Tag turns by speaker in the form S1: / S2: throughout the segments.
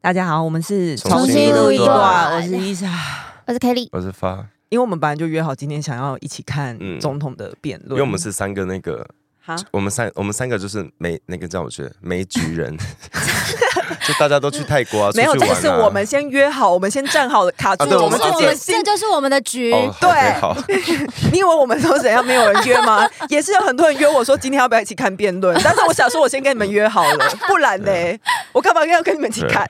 S1: 大家好，我们是
S2: 重新录一
S3: 段
S1: 我是伊莎，
S3: 我是 Kelly，
S2: 我是发，
S1: 因为我们本来就约好今天想要一起看
S2: 嗯
S1: 总统的辩论，
S2: 因为我们是三个那个，
S1: 哈
S2: 我们三我们三个就是没那个叫我去没 局人，就大家都去泰国啊，
S1: 没有，
S2: 出
S1: 这
S2: 去
S1: 个
S2: 玩啊
S1: 是我们先约好，我们先站好了卡住
S2: 啊对
S1: 我
S2: 我
S1: 们
S2: 们
S1: 自
S2: 自
S1: 己
S2: 己
S1: 的
S2: 的
S1: 心
S3: 这。就是我们的局。
S2: 哦，好
S1: 对
S2: 好，
S1: 你以为我们都怎样没有人约 吗？也是有很多人约我说今天要不要一起看辩论，但是我想说我先跟你们约好了，不然呢，我干嘛要跟你们一起看？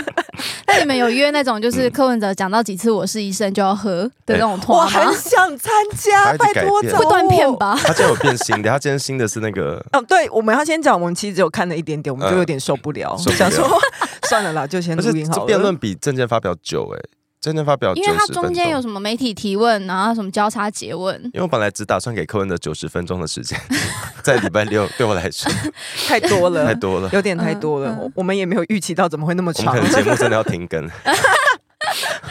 S3: 那你们有约那种就是
S2: 嗯
S3: 柯文哲讲到几次我是医生就要喝的那
S2: 哎
S3: 种团
S1: 我
S3: 吗？
S1: 很想参加，
S2: 还得
S1: 拜
S2: 改
S1: 托
S2: 变
S1: 找
S3: 会断片
S1: 我？
S3: 吧？
S2: 他今天有变新的，他今天新的是那个
S1: 嗯，对，我们要先讲，我们其实只有看了一点点，我们就
S2: 嗯
S1: 有点受不了，
S2: 受不了
S1: 想说 算了啦，就先
S2: 而且
S1: 录音好
S2: 这
S1: 了。
S2: 辩论比证件发表久哎、证件发表
S3: 因
S2: 九
S3: 为他
S2: 十
S3: 中
S2: 分
S3: 间有
S2: 钟。
S3: 什么媒体提问，然后什么交叉诘问，
S2: 因为我本来只打算给柯文的九十分钟的时间， 在礼拜六对我 来说
S1: 太多了，
S2: 太多了，
S1: 有点太多了
S3: 嗯，嗯
S1: 我我们也没有预期到怎么会那么
S2: 我们
S1: 长
S2: 可。能节目真的要停 更。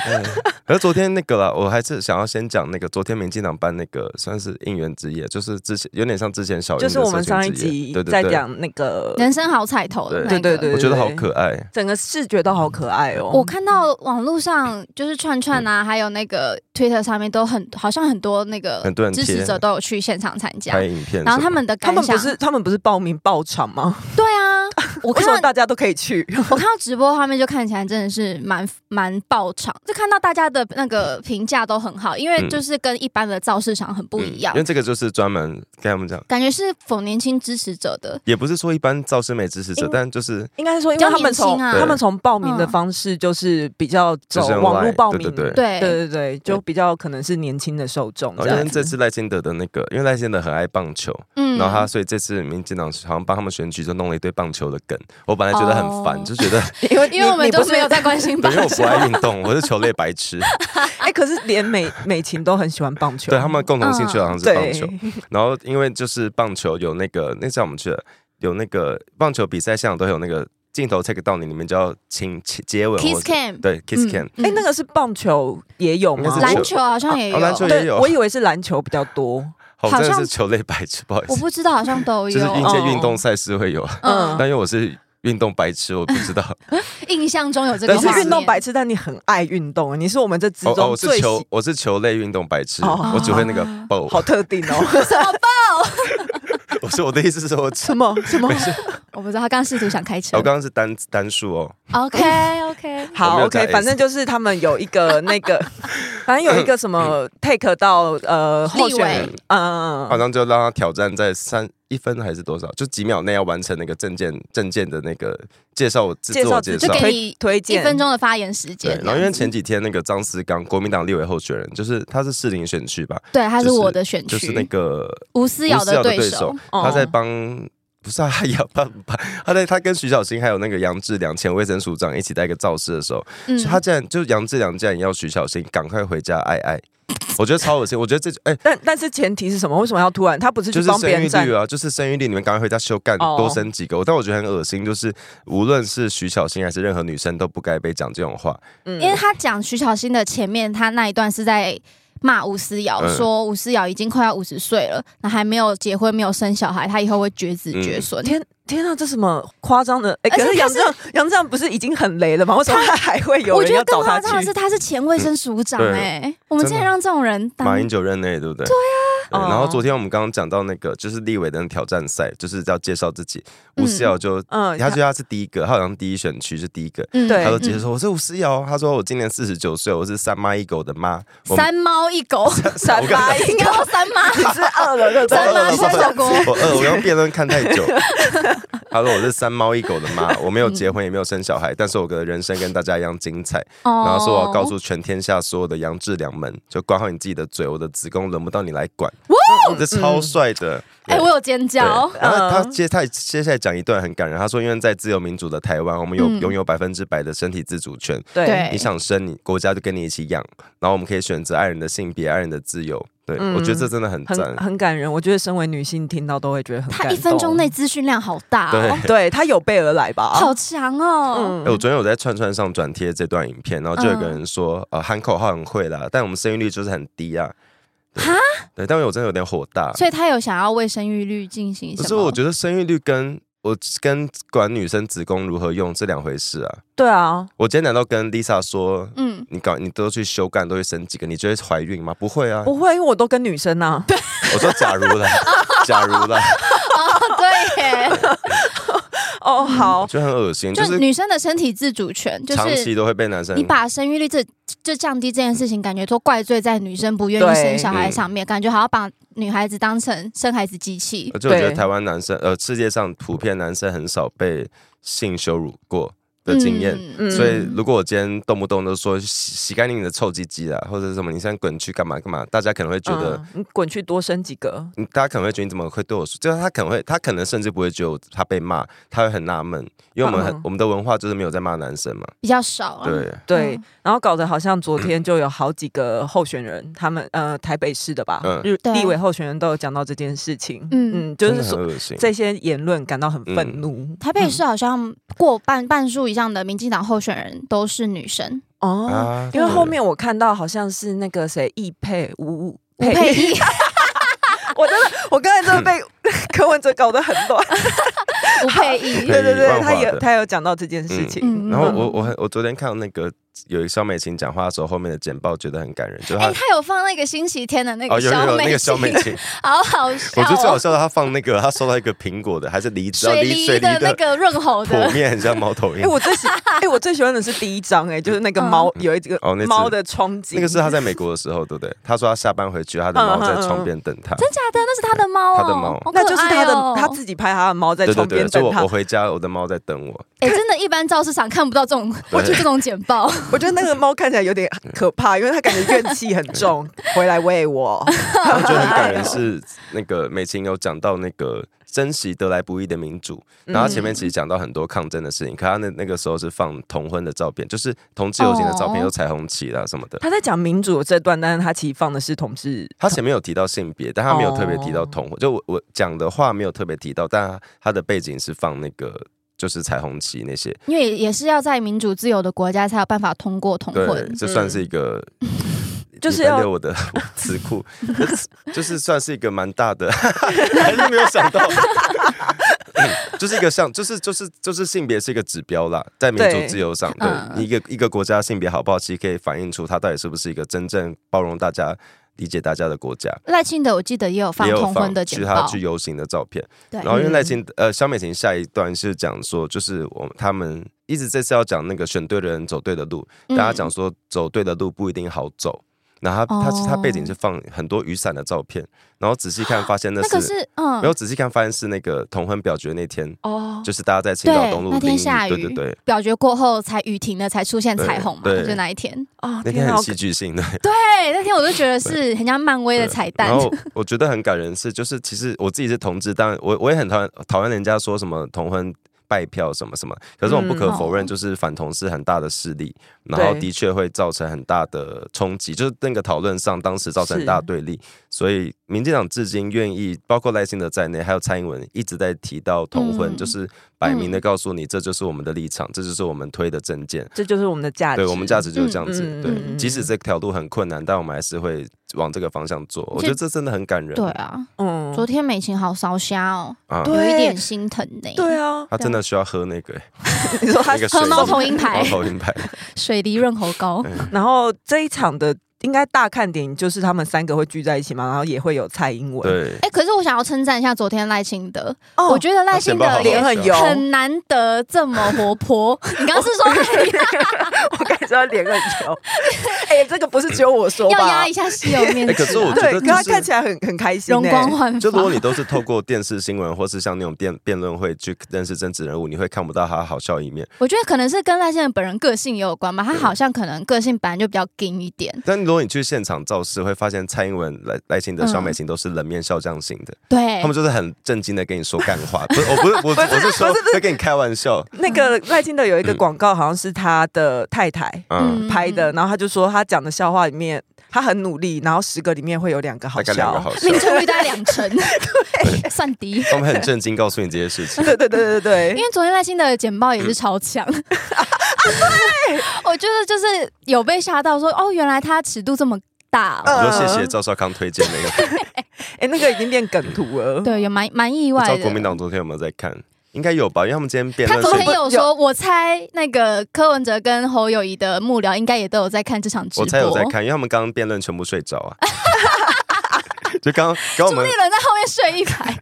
S2: 嗯可是昨天那个啦，我还是想要先讲那个昨天民进党办那个算是应援之夜，就是之前有点像之前小英
S1: 就
S2: 的
S1: 是我们
S2: 社群
S1: 上一
S2: 之夜
S1: 集
S2: 对
S1: 在
S2: 对对，
S1: 讲那个，
S3: 人生好彩头的那
S2: 对
S3: 个。
S1: 对对对
S2: 我觉得好可爱，
S1: 整个视觉都好可爱哦。
S3: 我看到网络上就是串串啊，还有那个 Twitter 上面都很好像很多那个
S2: 很多人
S3: 支
S2: 贴
S3: 持者都有去现场参加
S2: 拍，影片什么，
S3: 然后他们的
S1: 他
S3: 感
S1: 们
S3: 想
S1: 不是他们不是报名爆场吗？
S3: 对啊，我
S1: 为
S3: 看
S1: 什么
S3: 到
S1: 大家都可以 去？
S3: 我看到直播画面就看起来真的是蛮蛮爆场，就看到大家的那个评价都很好，因为
S2: 嗯
S3: 就是跟一般的造市场很不一样
S2: 因为，这个就是专门跟他们讲，
S3: 感觉是否年轻支持者的。
S2: 也不是说一般造师美支持者
S1: 因，
S2: 但就是
S1: 应该是说，因
S3: 比
S1: 为
S3: 较
S1: 他们从
S3: 年轻啊
S1: 他们从报名的
S3: 嗯
S1: 方式就是比较走
S2: 就是用
S1: 网络
S2: Line，
S1: 报
S2: 对
S1: 名，
S2: 对对
S1: 对
S3: 对
S1: 对对，就比较可能是年轻的受众
S2: 哦
S1: 这
S2: 因为
S1: 样
S2: 这
S1: 子。
S2: 次赖清德的那个，因为赖清德很爱棒球，
S3: 嗯
S2: 然后他所以这次民进党好像帮他们选举就弄了一堆棒球的梗，我本来觉得很烦，
S3: 哦
S2: 就觉得
S1: 因为
S3: 因为我们
S1: 你
S3: 都
S1: 不
S3: 没有在关心吧
S2: 对，因为我 不爱运动，我是球类白痴，
S1: 哎，可是连美美琴都很喜欢棒球，
S2: 对他们共同兴
S3: 嗯
S2: 趣好像是棒
S1: 对
S2: 球，然后因为就是棒球有那个那叫我们去了有那个棒球比赛现场都有那个镜头 take 到你，你们就要亲亲接吻
S3: Kiss
S2: 或者
S3: Cam
S2: 对 kiss can，、
S3: 嗯
S1: 哎，那个是棒球也有
S2: 应
S1: 吗
S2: 该？是
S3: 篮球好像也有，
S2: 啊篮球也
S1: 对，
S2: 有
S1: 我以为是篮球比较 多。
S2: 好
S3: 好
S2: 真的
S3: 像
S2: 是球类白痴，不好意
S3: 我
S2: 思，
S3: 不知道好像都
S2: 就是
S3: 有
S2: 一
S1: 哦
S2: 些运动赛事会有，啊
S1: 嗯
S3: 嗯，
S2: 但因为我是运动白痴，我不知 道。
S3: 印象中有这个
S1: 你
S3: 画
S1: 是
S3: 面。
S1: 运动白痴，但你很爱运动，你是我们这之
S2: 哦哦，
S1: 中
S2: 我是
S1: 最喜、
S2: 球，我是球类运动白痴，
S1: 哦
S2: 我只会那 个
S3: 哦
S2: 爆。
S1: 好特 定哦。
S3: 什么吧？
S2: 我说我的意思是说，我
S1: 什么什么？
S3: 我不知道，他刚刚试图想开车
S2: 我。刚刚是单单数哦，
S3: OK OK，
S2: 我
S1: 好
S2: 没有
S1: ，OK，
S2: 加 S
S1: 反正就是他们有一个那 个，反正有一个什
S2: 嗯
S1: 么 take 到呃候选人
S3: 立，
S1: 嗯，嗯
S2: 好
S1: 嗯
S2: 像就让他挑战在三一分还是多少，就几秒内要完成那个证件证件的那个介绍我自
S1: 介
S2: 自
S1: 绍
S2: 我
S1: 自
S2: 介
S1: 己
S2: 绍
S3: 就。给你
S1: 推推
S3: 一
S1: 荐
S3: 分。钟的发言时
S2: 对
S3: 间，。
S2: 然后因为前
S3: 这样子
S2: 几天那个张思刚，国民党立委候选人，就是他是士林选区吧，
S3: 对他是
S2: 就是
S3: 我的选区，
S2: 就是那个
S3: 吴思
S2: 吴
S3: 瑶
S2: 思瑶
S3: 的
S2: 的对
S3: 手
S2: 手，，
S1: 哦
S2: 他在帮。不是啊，他要帮帮他在他跟徐小新还有那个杨志良前卫生署长一起在一个造势的时候，
S3: 嗯
S2: 所以他竟然就杨志良竟然要徐小新赶快回家爱爱，我觉得超恶心。我觉得这哎、
S1: 但但是前提是什么？为什么要突然？他不是
S2: 就
S1: 去
S2: 是
S1: 帮别
S2: 生
S1: 人
S2: 育
S1: 站
S2: 率？啊，就是生育率，你们赶快回家休干，
S1: 哦
S2: 多生几个。但我觉得很恶心，就是无论是徐小新还是任何女生都不该被讲这种话。
S1: 嗯
S3: 因为他讲徐小新的前面，他那一段是在骂吴思瑶，
S2: 嗯
S3: 说吴思瑶已经快要五十岁了，那还没有结婚，没有生小孩，她以后会绝子绝
S2: 嗯
S3: 孙。
S1: 天天啊，这什么夸张的？哎，可
S3: 而
S1: 是
S3: 且
S1: 杨
S3: 他是
S1: 正杨正不是已经很雷了吗？为 什么他还会有
S3: 我
S1: 人
S3: 觉
S1: 要
S3: 得
S1: 找
S3: 更
S1: 他
S3: 夸张的
S1: 去？
S3: 是，他是前卫生署
S2: 嗯
S3: 长
S2: 对
S3: 哎、我们竟然让这种人当
S2: 马英九任内，对不对？对啊
S1: 哦
S2: 然后昨天我们刚刚讲到那个，就是立委的挑战赛，就是要介绍自己。
S3: 嗯
S2: 吴思瑶就，
S1: 嗯，
S2: 他觉得他是第一个，他好像第一选区是第一个。
S3: 嗯
S1: 对
S2: 他就直接说：“我是吴思瑶。”啊他说：“我今年四十九岁，我是三妈一狗的妈。我们
S3: 三猫一 狗，
S1: 三八应
S3: 应该说三 妈。
S1: 你是饿了对不对？
S3: 三妈
S2: 我
S3: 三小国，
S2: 我饿，我刚辩论看太久。他说我是三猫一狗的妈，我没有结婚也没有生小孩，但是我的人生跟大家一样精彩。
S3: 然
S2: 然后说我
S3: 哦
S2: 要告诉全天下所有的杨志良们，就管好你自己的嘴，我的子宫轮不到你来管。这超帅的。
S3: 哦哎、我有嗯尖
S2: 对
S3: 叫，
S2: 然后他接他接下来讲一段很感人，他说因为在自由民主的台湾，我们有
S3: 嗯
S2: 拥有百分之百的身体自主权，
S3: 对
S2: 你想生你国家就跟你一起养，然后我们可以选择爱人的性别、爱人的自由。对，
S1: 嗯
S2: 我觉得这真的很赞
S1: 很。很感人。我觉得身为女性听到都会觉得很感
S3: 他
S1: 动。
S3: 一分钟内，资讯量好大、
S2: 对
S3: 哦，，
S1: 对他有备而来吧？
S3: 好强
S1: 嗯
S3: 哦。
S2: 哎、我昨天有在串串上转贴这段影片，然后就
S3: 嗯
S2: 有个人说，呃，喊口号很会啦，但我们生育率就是很低啊。
S3: 哈，
S2: 对，但我真的有点火大。
S3: 所以他有想要为生育率进行什么？
S2: 可是我觉得生育率跟我跟管女生子宫如何用这两回事啊。
S1: 对啊，
S2: 我今天难道跟 Lisa 说，
S3: 嗯，
S2: 你搞你都去修干，都会生几个，你就会怀孕吗？不会啊。
S1: 不会，因为我都跟女生啊。对，
S2: 我说假如 啦，假如啦，
S3: 哦，对耶，
S2: 嗯
S1: 哦，好，
S2: 就很恶心， 就
S3: 就是女生的身体自主权，就
S2: 长期
S3: 是
S2: 都会被男生
S3: 你把生育率这这降低这件事情，感觉都怪罪在女生不愿意生小孩上
S2: 嗯
S3: 面，感觉好像把女孩子当成生孩子机器
S2: 而。且我觉得
S1: 对
S2: 台湾男生，呃，世界上普遍男生很少被性羞辱过的经验。
S3: 嗯
S2: 所以，如果我今天动不动都说洗洗干净你的臭鸡鸡啊，或者是什么，你现在滚去干嘛干嘛，大家可能会觉得，
S1: 嗯你滚去多生几个。
S2: 嗯大家可能会觉得你怎么会对我说，就是他可能会，他可能甚至不会觉得他被骂，他会很纳闷，因为我们很、
S1: 嗯
S2: 我们的文化就是没有在骂男生嘛，
S3: 比较少啊。
S2: 对，
S1: 对
S3: 嗯，
S1: 然后搞得好像昨天就有好几个候选人，他们呃台北市的吧，
S2: 嗯
S1: 日
S3: 对啊
S1: 立委候选人都有讲到这件事情，
S3: 嗯
S1: 嗯就
S2: 真
S1: 是
S2: 的很
S1: 说
S2: 恶心。嗯
S1: 这些言论感到很愤怒。嗯
S3: 台北市好像过半半数以上的民进党候选人都是 女生，
S1: 嗯哦，
S2: 啊
S1: 因为后面我看到好像是那个谁易配吴
S3: 吴 佩，仪
S1: 我真的我刚才真的被 柯文哲搞得很乱，
S3: 吴佩 仪，
S2: 对
S1: 对对对
S2: 乱，画
S1: 他也
S2: 的
S1: 他有讲到这件事情，
S3: 嗯
S2: 然后我我很我昨天看到那个有肖美琴讲话的时候，后面的简报觉得很感人，就是
S3: 哎、
S2: 他、
S3: 他有放那个星期天的那
S2: 哦
S3: 个
S2: 有
S3: 小美、
S2: 有有那个肖美 琴，
S3: 好好笑、
S2: 我
S3: 哦。
S2: 觉得最好笑的，他放那个，他收到一个苹果的，还是梨子，然后
S3: 水
S2: 梨
S3: 梨
S2: 水梨
S3: 的那
S2: 的
S3: 个润喉
S2: 剖
S3: 的，
S2: 面很像猫头鹰
S1: 哎，。我最喜哎我最喜欢的是第一章，哎，就是那个猫
S3: 嗯
S1: 有一个
S2: 哦那只
S1: 猫的窗景，
S2: 那个是他在美国的时候，对不对？他说他下班回去，
S1: 嗯
S2: 他的猫在窗边等他。
S3: 真假的？那是他的猫哦，
S2: 他的猫
S3: 好可
S1: 那就是他
S3: 爱
S1: 的
S3: 哦
S1: 他自己拍他的猫在
S2: 对对
S1: 窗
S2: 对，
S1: 边
S2: 就
S1: 等
S2: 我
S1: 他
S2: 我，回家，我的猫在等我。
S3: 哎、真的，一般造市场看不到这种，
S2: 对
S3: 我就这种简报，
S1: 我觉得那个猫看起来有 点可怕，因为它感觉怨气很重，回来喂我。
S2: 然后就很感人，是那个美琴有讲到那个珍惜得来不易的民主，然后前面其实讲到很多抗争的事情，可他那那个时候是放同婚的照片，就是同志游行的照片，
S3: 哦
S2: 有彩虹旗啊啦什么的。
S1: 他在讲民主这段，但是他其实放的是同事。
S2: 他前面有提到性别，但他没有特别提到
S1: 哦
S2: 同婚。就我我讲的话没有特别提到，但他他的背景是放那个就是彩虹旗那些，
S3: 因为也是要在民主自由的国家才有办法通过同
S2: 对
S3: 婚，。
S2: 这算是一 个。
S1: 就是
S2: 你翻
S1: 要
S2: 掉我的我词库，就是就是算是一个蛮大的， 还是没有想到，嗯就是一个像，就是就是就是性别是一个指标啦，在民主
S1: 对
S2: 自由上，对
S3: 嗯
S2: 一个一个国家性别好不好，其实可以反映出它到底是不是一个真正包容大家、理解大家的国家。
S3: 赖清德我记得也有放
S2: 也有
S3: 同
S2: 放
S3: 婚的
S2: 去
S3: 简
S2: 他
S3: 报，
S2: 去游行的照片。
S3: 对嗯
S2: 然后因为赖清呃肖美琴下一段是讲说，就是我们他们一直这次要讲那个选对的人走对的路，
S3: 嗯
S2: 大家讲说走对的路不一定好走。然后他
S3: 哦
S2: 他他背景是放很多雨伞的照片，然后仔细看发现那
S3: 那个
S2: 是
S3: 是嗯
S2: 没有仔细看发现是那个同婚表决那天，
S1: 哦，
S2: 就是大家在青岛东路
S3: 对那天
S2: 淋雨
S3: 下雨哦
S2: 对对对，
S3: 表决过后才雨停了，才出现
S2: 对
S3: 彩虹嘛，
S2: 对
S3: 就那 一天。
S1: 哦，
S2: 那
S1: 天
S2: 天
S1: 啊
S2: 很戏剧性的。
S3: 对，那天我就觉得是很像漫威的彩蛋
S2: 然。后我觉得很感人是，就是其实我自己是同志，当然我我也很讨厌讨厌人家说什么同婚拜票什么什么，可是我们不可
S3: 嗯
S2: 否认，
S3: 哦
S2: 就是反同是很大的势力，然后
S1: 对
S2: 的确会造成很大的冲击，就是那个讨论上当时造成很大的对立，所以民进党至今愿意，包括赖清德在内，还有蔡英文一直在提到同婚，
S3: 嗯
S2: 就是摆明的告诉你，这就是我们的立场，这就是我们推的政见。
S1: 这就是我们的价值。
S2: 对我们价值就是这样子，
S1: 嗯
S2: 对，
S3: 嗯
S2: 即使这条路很困难，但我们还是会往这个方向做。我觉得这真的很感人。
S3: 对啊，
S1: 嗯
S3: 昨天美琴好烧瞎哦，
S2: 啊
S1: 对
S3: 有一点心疼呢。
S1: 对啊，
S2: 他真的需要喝那个欸
S1: 你说他
S2: 那个水
S3: 喝猫头
S2: 头
S3: 鹰牌
S2: 猫，头鹰 牌，
S3: 水梨润喉膏。
S1: 然后这一场的应该大看点就是他们三个会聚在一起嘛，然后也会有蔡英文。，
S2: 对，
S3: 哎，可是我想要称赞一下昨天赖清德，
S1: 哦
S3: 我觉得赖清
S2: 他钱包
S3: 德
S1: 脸
S2: 好
S1: 很油，
S3: 很难得这么活泼。你刚刚是说
S1: 我感觉到脸很油。 哎，这个不是只有我说
S3: 要
S1: 吧
S3: 压一？下稀有面
S2: 哎可
S3: 子
S2: 是 我
S3: 啊，
S2: 觉
S1: 对，
S2: 得就是
S1: 可他看起来很很开心，欸
S3: 容光。焕
S2: 就如果
S3: 发。
S2: 你都是透过电视新闻 或是像那种辩辩论会去认识政治人物，你会看不到他好笑一面。
S3: 我觉得可能是跟赖先生本人个性也有关吧，他好像可能个性本来就比较硬一点。
S2: 但如果你去现场造势，会发现蔡英文、赖赖清德、
S3: 嗯
S2: 肖美琴都是冷面笑匠型的，
S3: 对
S2: 他，们就是很震惊的跟你说干 话。不是，嗯哎我不是我我是说在跟你开玩笑。
S1: 那个赖清德有一个广告，好像是他的太太，
S2: 嗯，
S1: 拍的，然后他就说他讲的笑话里面，他很努力，然后十个里面会有两个好
S2: 大概两个
S1: 笑。
S2: 好笑
S3: 命。中率大概两成，
S2: 啊
S3: 算低。
S2: 他们很震惊告诉你这些事 情。
S1: 对对对对对
S3: 因
S1: 对，
S3: 为昨天赖清德的简报也是 超强，对，我觉得就是有被吓到说，哦，原来他尺度这么大、哦，
S2: 我说谢谢赵少康推荐那个，
S1: 哎，那个已经变梗图了。
S3: 对，也蛮蛮意
S2: 嗯不知
S3: 外
S2: 道
S3: 的。
S2: 国民党昨天有没有在看？应该有吧，因为他们今天辩
S3: 他
S2: 论
S3: 昨
S1: 怎么
S2: 是
S3: 天
S1: 不
S3: 有说，我猜那个柯文哲跟侯友谊的幕僚应该也都有在看这场直播。
S2: 我才有在看，因为他们刚刚辩论全部睡着啊。 就刚刚我
S3: 朱
S2: 们
S3: 立伦在后面睡一排。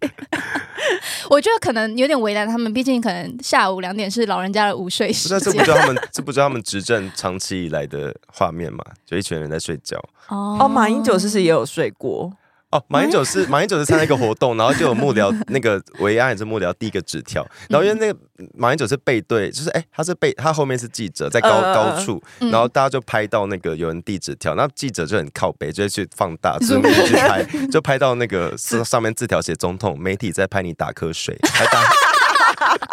S3: 我觉得可能有点为难他们，毕竟可能下午两点是老人家的午睡
S2: 不
S3: 时
S2: 是啊这不
S3: 间。
S2: 就他们这不就他们执政长期以来的画面嘛？就一群人在睡觉。
S3: 哦
S1: 哦，马英九是不是也有睡过？
S2: 哦，马
S3: 嗯
S2: 英九是 马英九是参加一个活动，然后就有幕僚那个维安也是幕僚递一个纸条，
S3: 嗯
S2: 然后因为那个马英九是背对，就是哎、他是背他后面是记者在高、
S1: 嗯嗯嗯
S2: 高处，
S3: 嗯
S2: 然后大家就拍到那个有人递纸条，那记者就很靠背，就会去放大
S3: Zoom
S2: zoom 进去 拍，就拍到那个上上面字条写总统，媒体在拍你打瞌睡，还打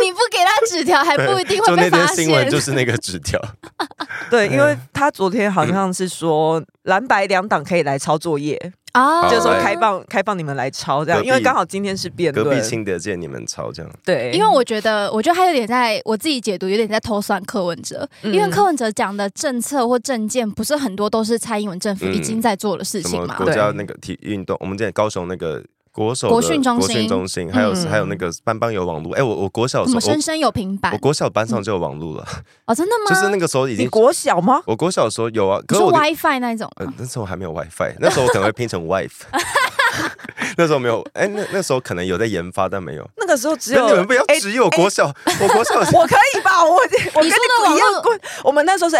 S3: 你不给他纸条，还不一定 会
S2: 就那
S3: 被发
S2: 天
S3: 现。
S2: 新闻就是那个纸 条，
S1: 对，
S2: 哎
S1: 因为他昨天好像是说蓝白两党可以来抄作业，
S3: 啊，
S1: 就是说
S2: 嗯对
S1: 开。放开放你们来抄这样，
S2: 隔壁
S1: 因为刚好今天是辩
S2: 隔壁
S1: 论，
S2: 清德见你们吵这样，
S1: 对，
S3: 因为我觉得，我觉得他有点在我自己解读，有点在偷算柯文哲，
S1: 嗯
S3: 因为柯文哲讲的政策或政见，不是很多都是蔡英文政府
S2: 嗯
S3: 已经在做的事
S2: 什
S3: 情
S2: 么
S3: 嘛。
S2: 国家那个体运动，我们之前高雄那个国手的
S3: 国训中心
S2: 国训中心，还有、
S1: 嗯
S2: 还有那个班班有网络，哎、我我国小的
S3: 什
S2: 时
S3: 么
S2: 候，
S3: 生
S2: 我
S3: 生有平板
S2: 我国小班上就有网络了，
S3: 哦，真的
S2: 就
S3: 吗？
S2: 是那个时候已
S1: 啊嗯你
S2: 经，
S1: 国小吗？
S2: 我国小的时候有啊，
S3: 你
S2: 可是
S3: 说
S2: 我就
S3: WiFi 那一种
S2: 呃那时候还没有 WiFi，那时候我可能会拼成 wife，那时候没有，哎、那那时候可能有在研发，但没有。
S1: 那个时候只
S2: 那
S1: 有
S2: 你们不要
S1: 哎
S2: 只有国小，我国小是
S1: 我可以吧？ 我我跟
S3: 你说的
S1: 你
S3: 网
S1: 一
S3: 络
S1: 样过。我们那时候是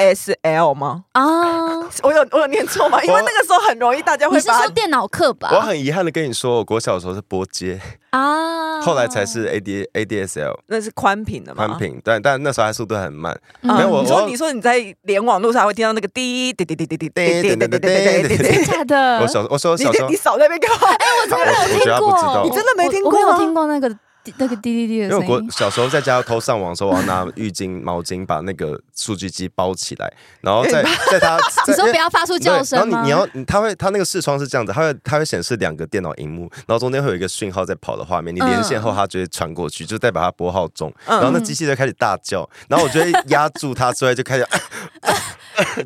S1: ADSL 吗？
S3: 啊？
S1: 我有我有念错吗？因为那个时候很容易大家
S3: 你
S1: 会
S3: 是
S1: 把
S3: 说电脑课
S2: 我
S3: 吧？
S2: 很遗憾的跟你说，我国小的时候是波接，
S1: 哦
S3: 啊，
S2: 后来才是 A D A D S L
S1: 那是宽屏的嘛？
S2: 宽屏，但但那时候它速度很慢，
S3: 嗯
S2: 没有我
S1: 你说你说你在联网路上会听到那个滴滴滴滴滴滴滴滴滴滴滴滴滴，
S3: 真假的？
S2: 我小我小我小时
S1: 你
S2: 候
S1: 你。少在那边干嘛？
S3: 我真的没
S2: 我
S3: 有
S2: 觉
S3: 听
S2: 得他不知
S3: 过，
S2: 道
S1: 你真的没听过
S3: 我我没有
S1: 吗
S3: 听过那个滴那个滴滴滴的
S2: 因为我
S3: 声
S2: 国
S3: 音。
S2: 小时候在家偷上网的时候，我要拿浴巾、毛巾把那个数据机包起来，然后在 在它
S3: 你
S2: 在
S3: 说
S2: 因为
S3: 不要发出叫
S2: 对然
S3: 声
S2: 后
S3: 吗？
S2: 你你要你它会它那个视窗是这样子，它会它会显示两个电脑荧幕，然后中间会有一个讯号在跑的画面，你
S3: 嗯
S2: 连线后它就会传过去，就代表它拨号中，
S1: 嗯
S2: 然后那机器就开始大叫，然后我就会压住它之外就开始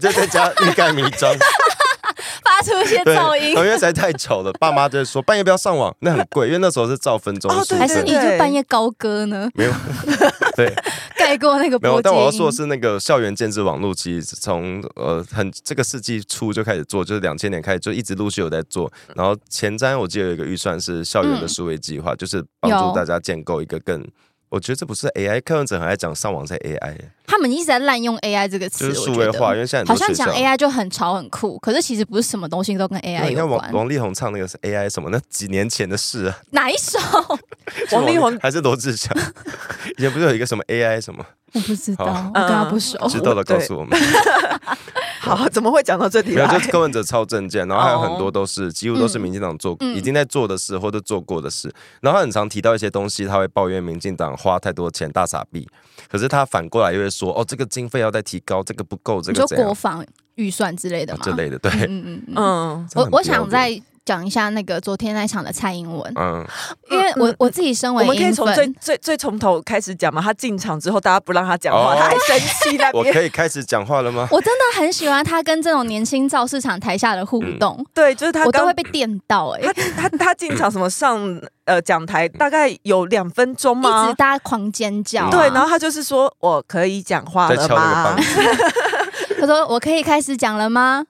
S2: 就在家欲盖弥 彰，
S3: 发出一些
S2: 对，
S3: 噪音
S2: 然后，因为实在太吵了，爸妈就会说半夜不要上网，那很贵，因为那时候是照分钟
S1: 哦
S2: 数
S1: 对
S3: 还
S2: 分。
S3: 是你就半夜高歌呢？
S2: 没 有，对，
S3: 盖过那个
S2: 没
S3: 波
S2: 有。
S3: 音。
S2: 但我要说的是，那个校园建制网络其实从呃很这个世纪初就开始做，就是两千年开始就一直陆续有在做。然后前瞻我记得有一个预算是校园的数位计划，就是帮
S3: 嗯有
S2: 助大家建构一个更。我觉得这不是 AI，柯文哲很爱讲上网在 AI，
S3: 他们一直在滥用 AI 这个词，
S2: 就是数
S3: 我
S2: 位
S3: 觉得
S2: 化，因为现在很
S3: 好
S2: 多
S3: 像
S2: 学校
S3: 讲。AI 就很潮很酷，可是其实不是什么东西都跟
S2: 对啊
S3: AI
S2: 你看
S3: 有
S2: 王
S3: 关。
S2: 王力宏唱那个是 AI 什么？那几年前的事啊，
S3: 哪 一首？
S1: 王力宏
S2: 还 是罗志祥？以前不是有一个什么 AI 什么？
S3: 我不知道，
S2: 好嗯
S3: 我跟他不熟。
S2: 知道了告诉我们。
S1: 好，怎么会讲到这里
S2: 没有，
S1: 来
S2: 就？是柯文哲超政见，然后还有很
S1: 哦
S2: 多都是几乎都是民进党做、
S3: 嗯
S2: 已经在做的事或者做过的事，然后他很常提到一些东西，他会抱怨民进党花太多钱大傻逼，可是他反过来又会说哦这个经费要再提高，这个不够，这
S3: 你
S2: 个
S3: 说
S2: 怎
S3: 国
S2: 样、
S3: 防预算之类的
S2: 啊
S3: 吗？
S2: 这类的，对，
S3: 嗯嗯嗯。
S1: 嗯，
S2: 真的很
S3: 我我
S2: 不要
S3: 想
S2: 脸
S3: 再讲一下那个昨天那场的蔡英文，
S2: 嗯，
S3: 因为我我自己身为
S1: 我们可以
S3: 英
S1: 从最
S3: 粉，
S1: 最最从头开始讲嘛。他进场之后，大家不让他讲话，
S2: 哦
S1: 他还生气在那
S2: 我
S1: 边。
S2: 可以开始讲话了吗？
S3: 我真的很喜欢他跟这种年轻造市场台下的互动，
S1: 对，就是他
S3: 我都
S1: 刚
S3: 会被电到哎、
S1: 他他他进场什么上呃讲台，大概有两分钟
S3: 一直
S1: 吗？
S3: 大家狂尖叫、啊，
S1: 对，然后他就是说我可以讲话
S2: 在
S1: 了
S2: 敲那
S1: 吗
S2: 个？棒，
S3: 他说我可以开始讲了吗？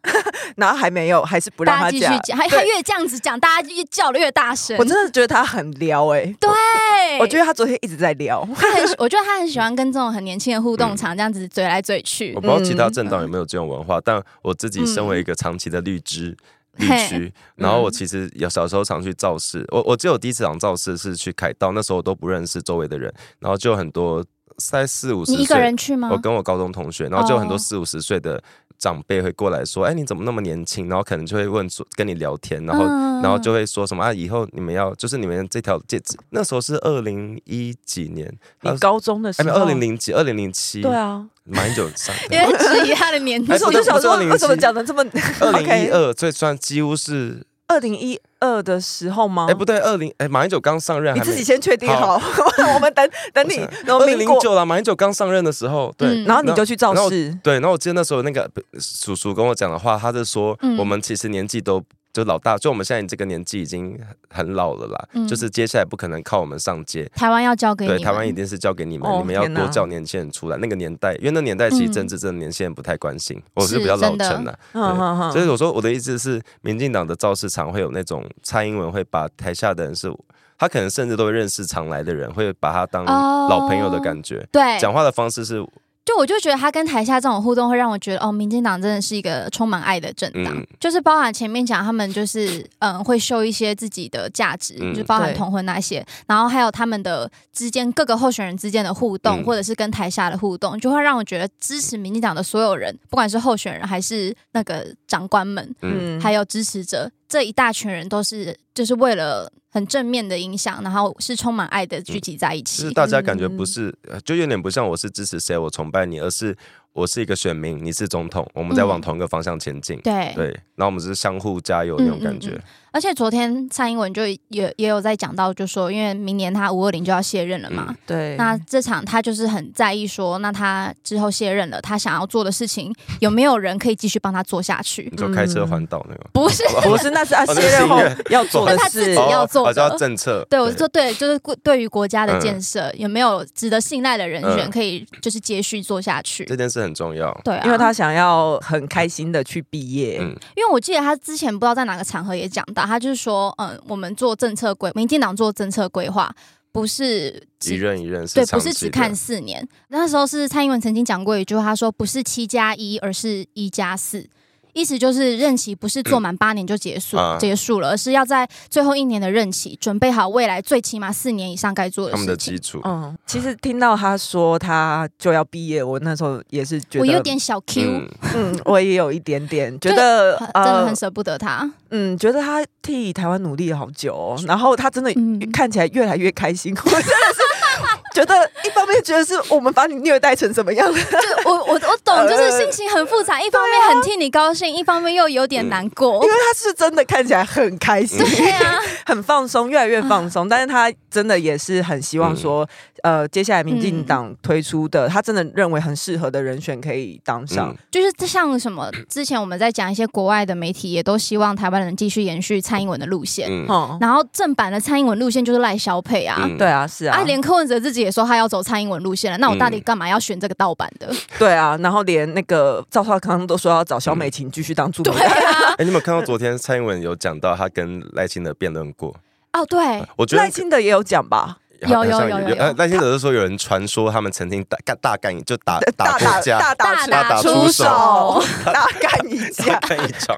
S3: 然
S1: 然后还没有，还是不让他
S3: 大家继续
S1: 讲。
S3: 讲，还
S1: 对
S3: 还越这样子讲，大家越叫的越大声。
S1: 我真的觉得他很撩哎，
S3: 对，
S1: 我觉得他昨天一直在 撩。
S3: 他很，我觉得他很喜欢跟这种很年轻的互动场这样子嘴来嘴去
S2: 我。不知道其
S3: 嗯
S2: 他政党有没有这种文化，但我自己身为一个长期的绿枝。绿区，然
S3: 嗯
S2: 后我其实有小时候常去造势，我我记得我第一次场造势是去凯道，那时候我都不认识周围的人，然后就有很多三四五十
S3: 你
S2: 岁，
S3: 一个人去吗
S2: 我？跟我高中同学，然后就有很
S3: 哦
S2: 多四五十岁的长辈会过来说：“哎、你怎么那么年轻？”然后可能就会问说跟你聊天，然后、
S3: 嗯
S2: 然后就会说什么啊，以后你们要就是你们这条戒指，那时候是二零一几年，
S1: 你高中的时
S2: 哎，
S1: 候，
S2: 二零零几，二零零七，
S1: 对，啊，
S2: 马英九 上台，
S3: 因为质疑他的年 纪
S1: 可
S2: 哎
S1: 是我就想说，
S2: 不是
S1: 为什么讲的这么
S2: 二零一
S1: OK？
S2: 二，所以算几乎是，
S1: 二零一二的时候吗
S2: 哎、？不对，二零哎，马英九刚上任
S1: 哦你
S2: 还没，
S1: 自己先确定好，
S2: 好
S1: 我们等等你
S2: 我想，
S1: 然后
S2: 二零
S1: 民
S2: 零
S1: 国，
S2: 九了，马英九刚上任的时候，对，
S3: 嗯
S1: 然后你就去造势。
S2: 对，然后我记得那时候那个呃叔叔跟我讲的话，他是说
S3: 嗯
S2: 我们其实年纪都就老大，就我们现在这个年纪已经很老了啦，
S3: 嗯
S2: 就是接下来不可能靠我们上街。
S3: 台湾要交给你
S2: 对，
S3: 们，
S2: 台湾一定是交给你们，
S1: 哦
S2: 你们要
S1: 天哪
S2: 多叫年轻人出来。那个年代，因为那年代其实
S3: 嗯
S2: 政治真的年轻人不太关心，我是
S3: 是
S2: 比较老
S3: 真的
S2: 成啊啦。
S1: 嗯哼哼
S2: 所以我说我的意思是，民进党的造势场会有那种蔡英文会把台下的人是，他可能甚至都会认识常来的人，会把他当
S3: 哦
S2: 老朋友的感觉。
S3: 对，
S2: 讲话的方式是，
S3: 就我就觉得他跟台下这种互动，会让我觉得哦，民进党真的是一个充满爱的政党，
S2: 嗯
S3: 就是包含前面讲他们就是嗯会秀一些自己的价值，
S2: 嗯
S3: 就包含
S1: 对
S3: 同婚那些，然后还有他们的之间各个候选人之间的互动，
S2: 嗯
S3: 或者是跟台下的互动，就会让我觉得支持民进党的所有人，不管是候选人还是那个长官们，
S2: 嗯，
S3: 还有支持者这一大群人，都是就是为了很正面的影响，然后是充满爱的聚集在一
S2: 嗯就
S3: 起。
S2: 是大家感觉不是，呃就有点不像我是支持谁，我崇拜你，而是我是一个选民，你是总统，我们在
S3: 嗯
S2: 往同一个方向前进。
S3: 对
S2: 对，然后我们是相互加油那种感觉
S3: 嗯嗯。而且昨天蔡英文就也也有在讲到，就说因为明年他五二零就要卸任了嘛，
S1: 嗯对，
S3: 那这场他就是很在意说，那他之后卸任了，他想要做的事情有没有人可以继续帮他做下去
S1: 嗯
S2: 你？说开车环岛那 个，
S3: 嗯不 哦是，
S1: 不是那是他
S2: 那
S1: 卸
S2: 是
S1: 任后
S2: 音乐
S1: 要做的
S3: 那他自
S1: 事
S3: 己哦。要做的
S2: 好像政策。
S3: 对我是说对，就是过对于国家的建设
S1: 嗯
S3: 有没有值得信赖的人选可以就是接续做下去
S2: 这？件事很重要。
S3: 对啊，
S1: 因为他想要很开心的去毕业，
S2: 嗯
S3: 因为我记得他之前不知道在哪个场合也讲到，他就是说，嗯，我们做政策规，民进党做政策规划不是
S2: 一
S3: 只
S2: 任一任是
S3: 对，
S2: 长
S3: 不
S2: 期
S3: 是
S2: 的
S3: 只看四年。那时候是蔡英文曾经讲过一句话，他说不是七加一，而是一加四。意思就是任期不是做满八年就结束、
S2: 啊
S3: 结束了，而是要在最后一年的任期准备好未来最起码四年以上该做的
S2: 他们的
S3: 事情。
S2: 基础。
S1: 嗯，其实听到他说他就要毕业，我那时候也是觉得，
S3: 我有点小 Q，、
S2: 嗯，
S1: 嗯，我也有一点点觉
S3: 就
S1: 得
S3: 很真的
S1: 呃
S3: 很，舍不 得他。
S1: 嗯，觉得他替台湾努力了好久、哦，然后他真的
S3: 嗯
S1: 看起来越来越开心，我真的是觉得一方面觉得是我们把你虐待成什么样了，
S3: 就我我我懂，就是心情很复 杂，一方面很替你高兴，一方面又有
S2: 嗯
S3: 点难过
S1: 啊因。为他是真的看起来很开心，
S3: 对 啊，
S1: 很放松，越来越放松。但是他真的也是很希
S2: 嗯
S1: 望说，呃，接下来民进
S3: 嗯
S1: 党推出的，他真的认为很适合的人选可以当上
S2: 嗯。
S3: 就是像什么之前我们在讲一些国外的媒体，也都希望台湾人继续延续蔡英文的路线。
S2: 嗯
S1: 哦、
S3: 然后正版的蔡英文路线就是赖萧配啊。
S2: 嗯
S1: 对啊，是啊，
S3: 啊，连柯文哲自己也说他要走蔡英文路线了，那我
S2: 嗯
S3: 到底干嘛要选这个盗版的？
S1: 对啊，然后连那个赵少康都说要找小美琴继续当驻美
S3: 对。啊，
S2: 哎，你有没有看到昨天蔡英文有讲到他跟赖清德辩论过？
S3: 哦对，
S2: 我觉得
S1: 赖清德也有讲吧，
S3: 有
S2: 好像
S3: 有有有
S2: 呃赖清德是说有人传说他们曾经打干大干一就打打
S1: 大
S2: 过
S1: 打
S2: 架，
S1: 大打
S2: 大打出手
S1: 手， 大干一
S2: 大
S1: 架。
S2: 干一场，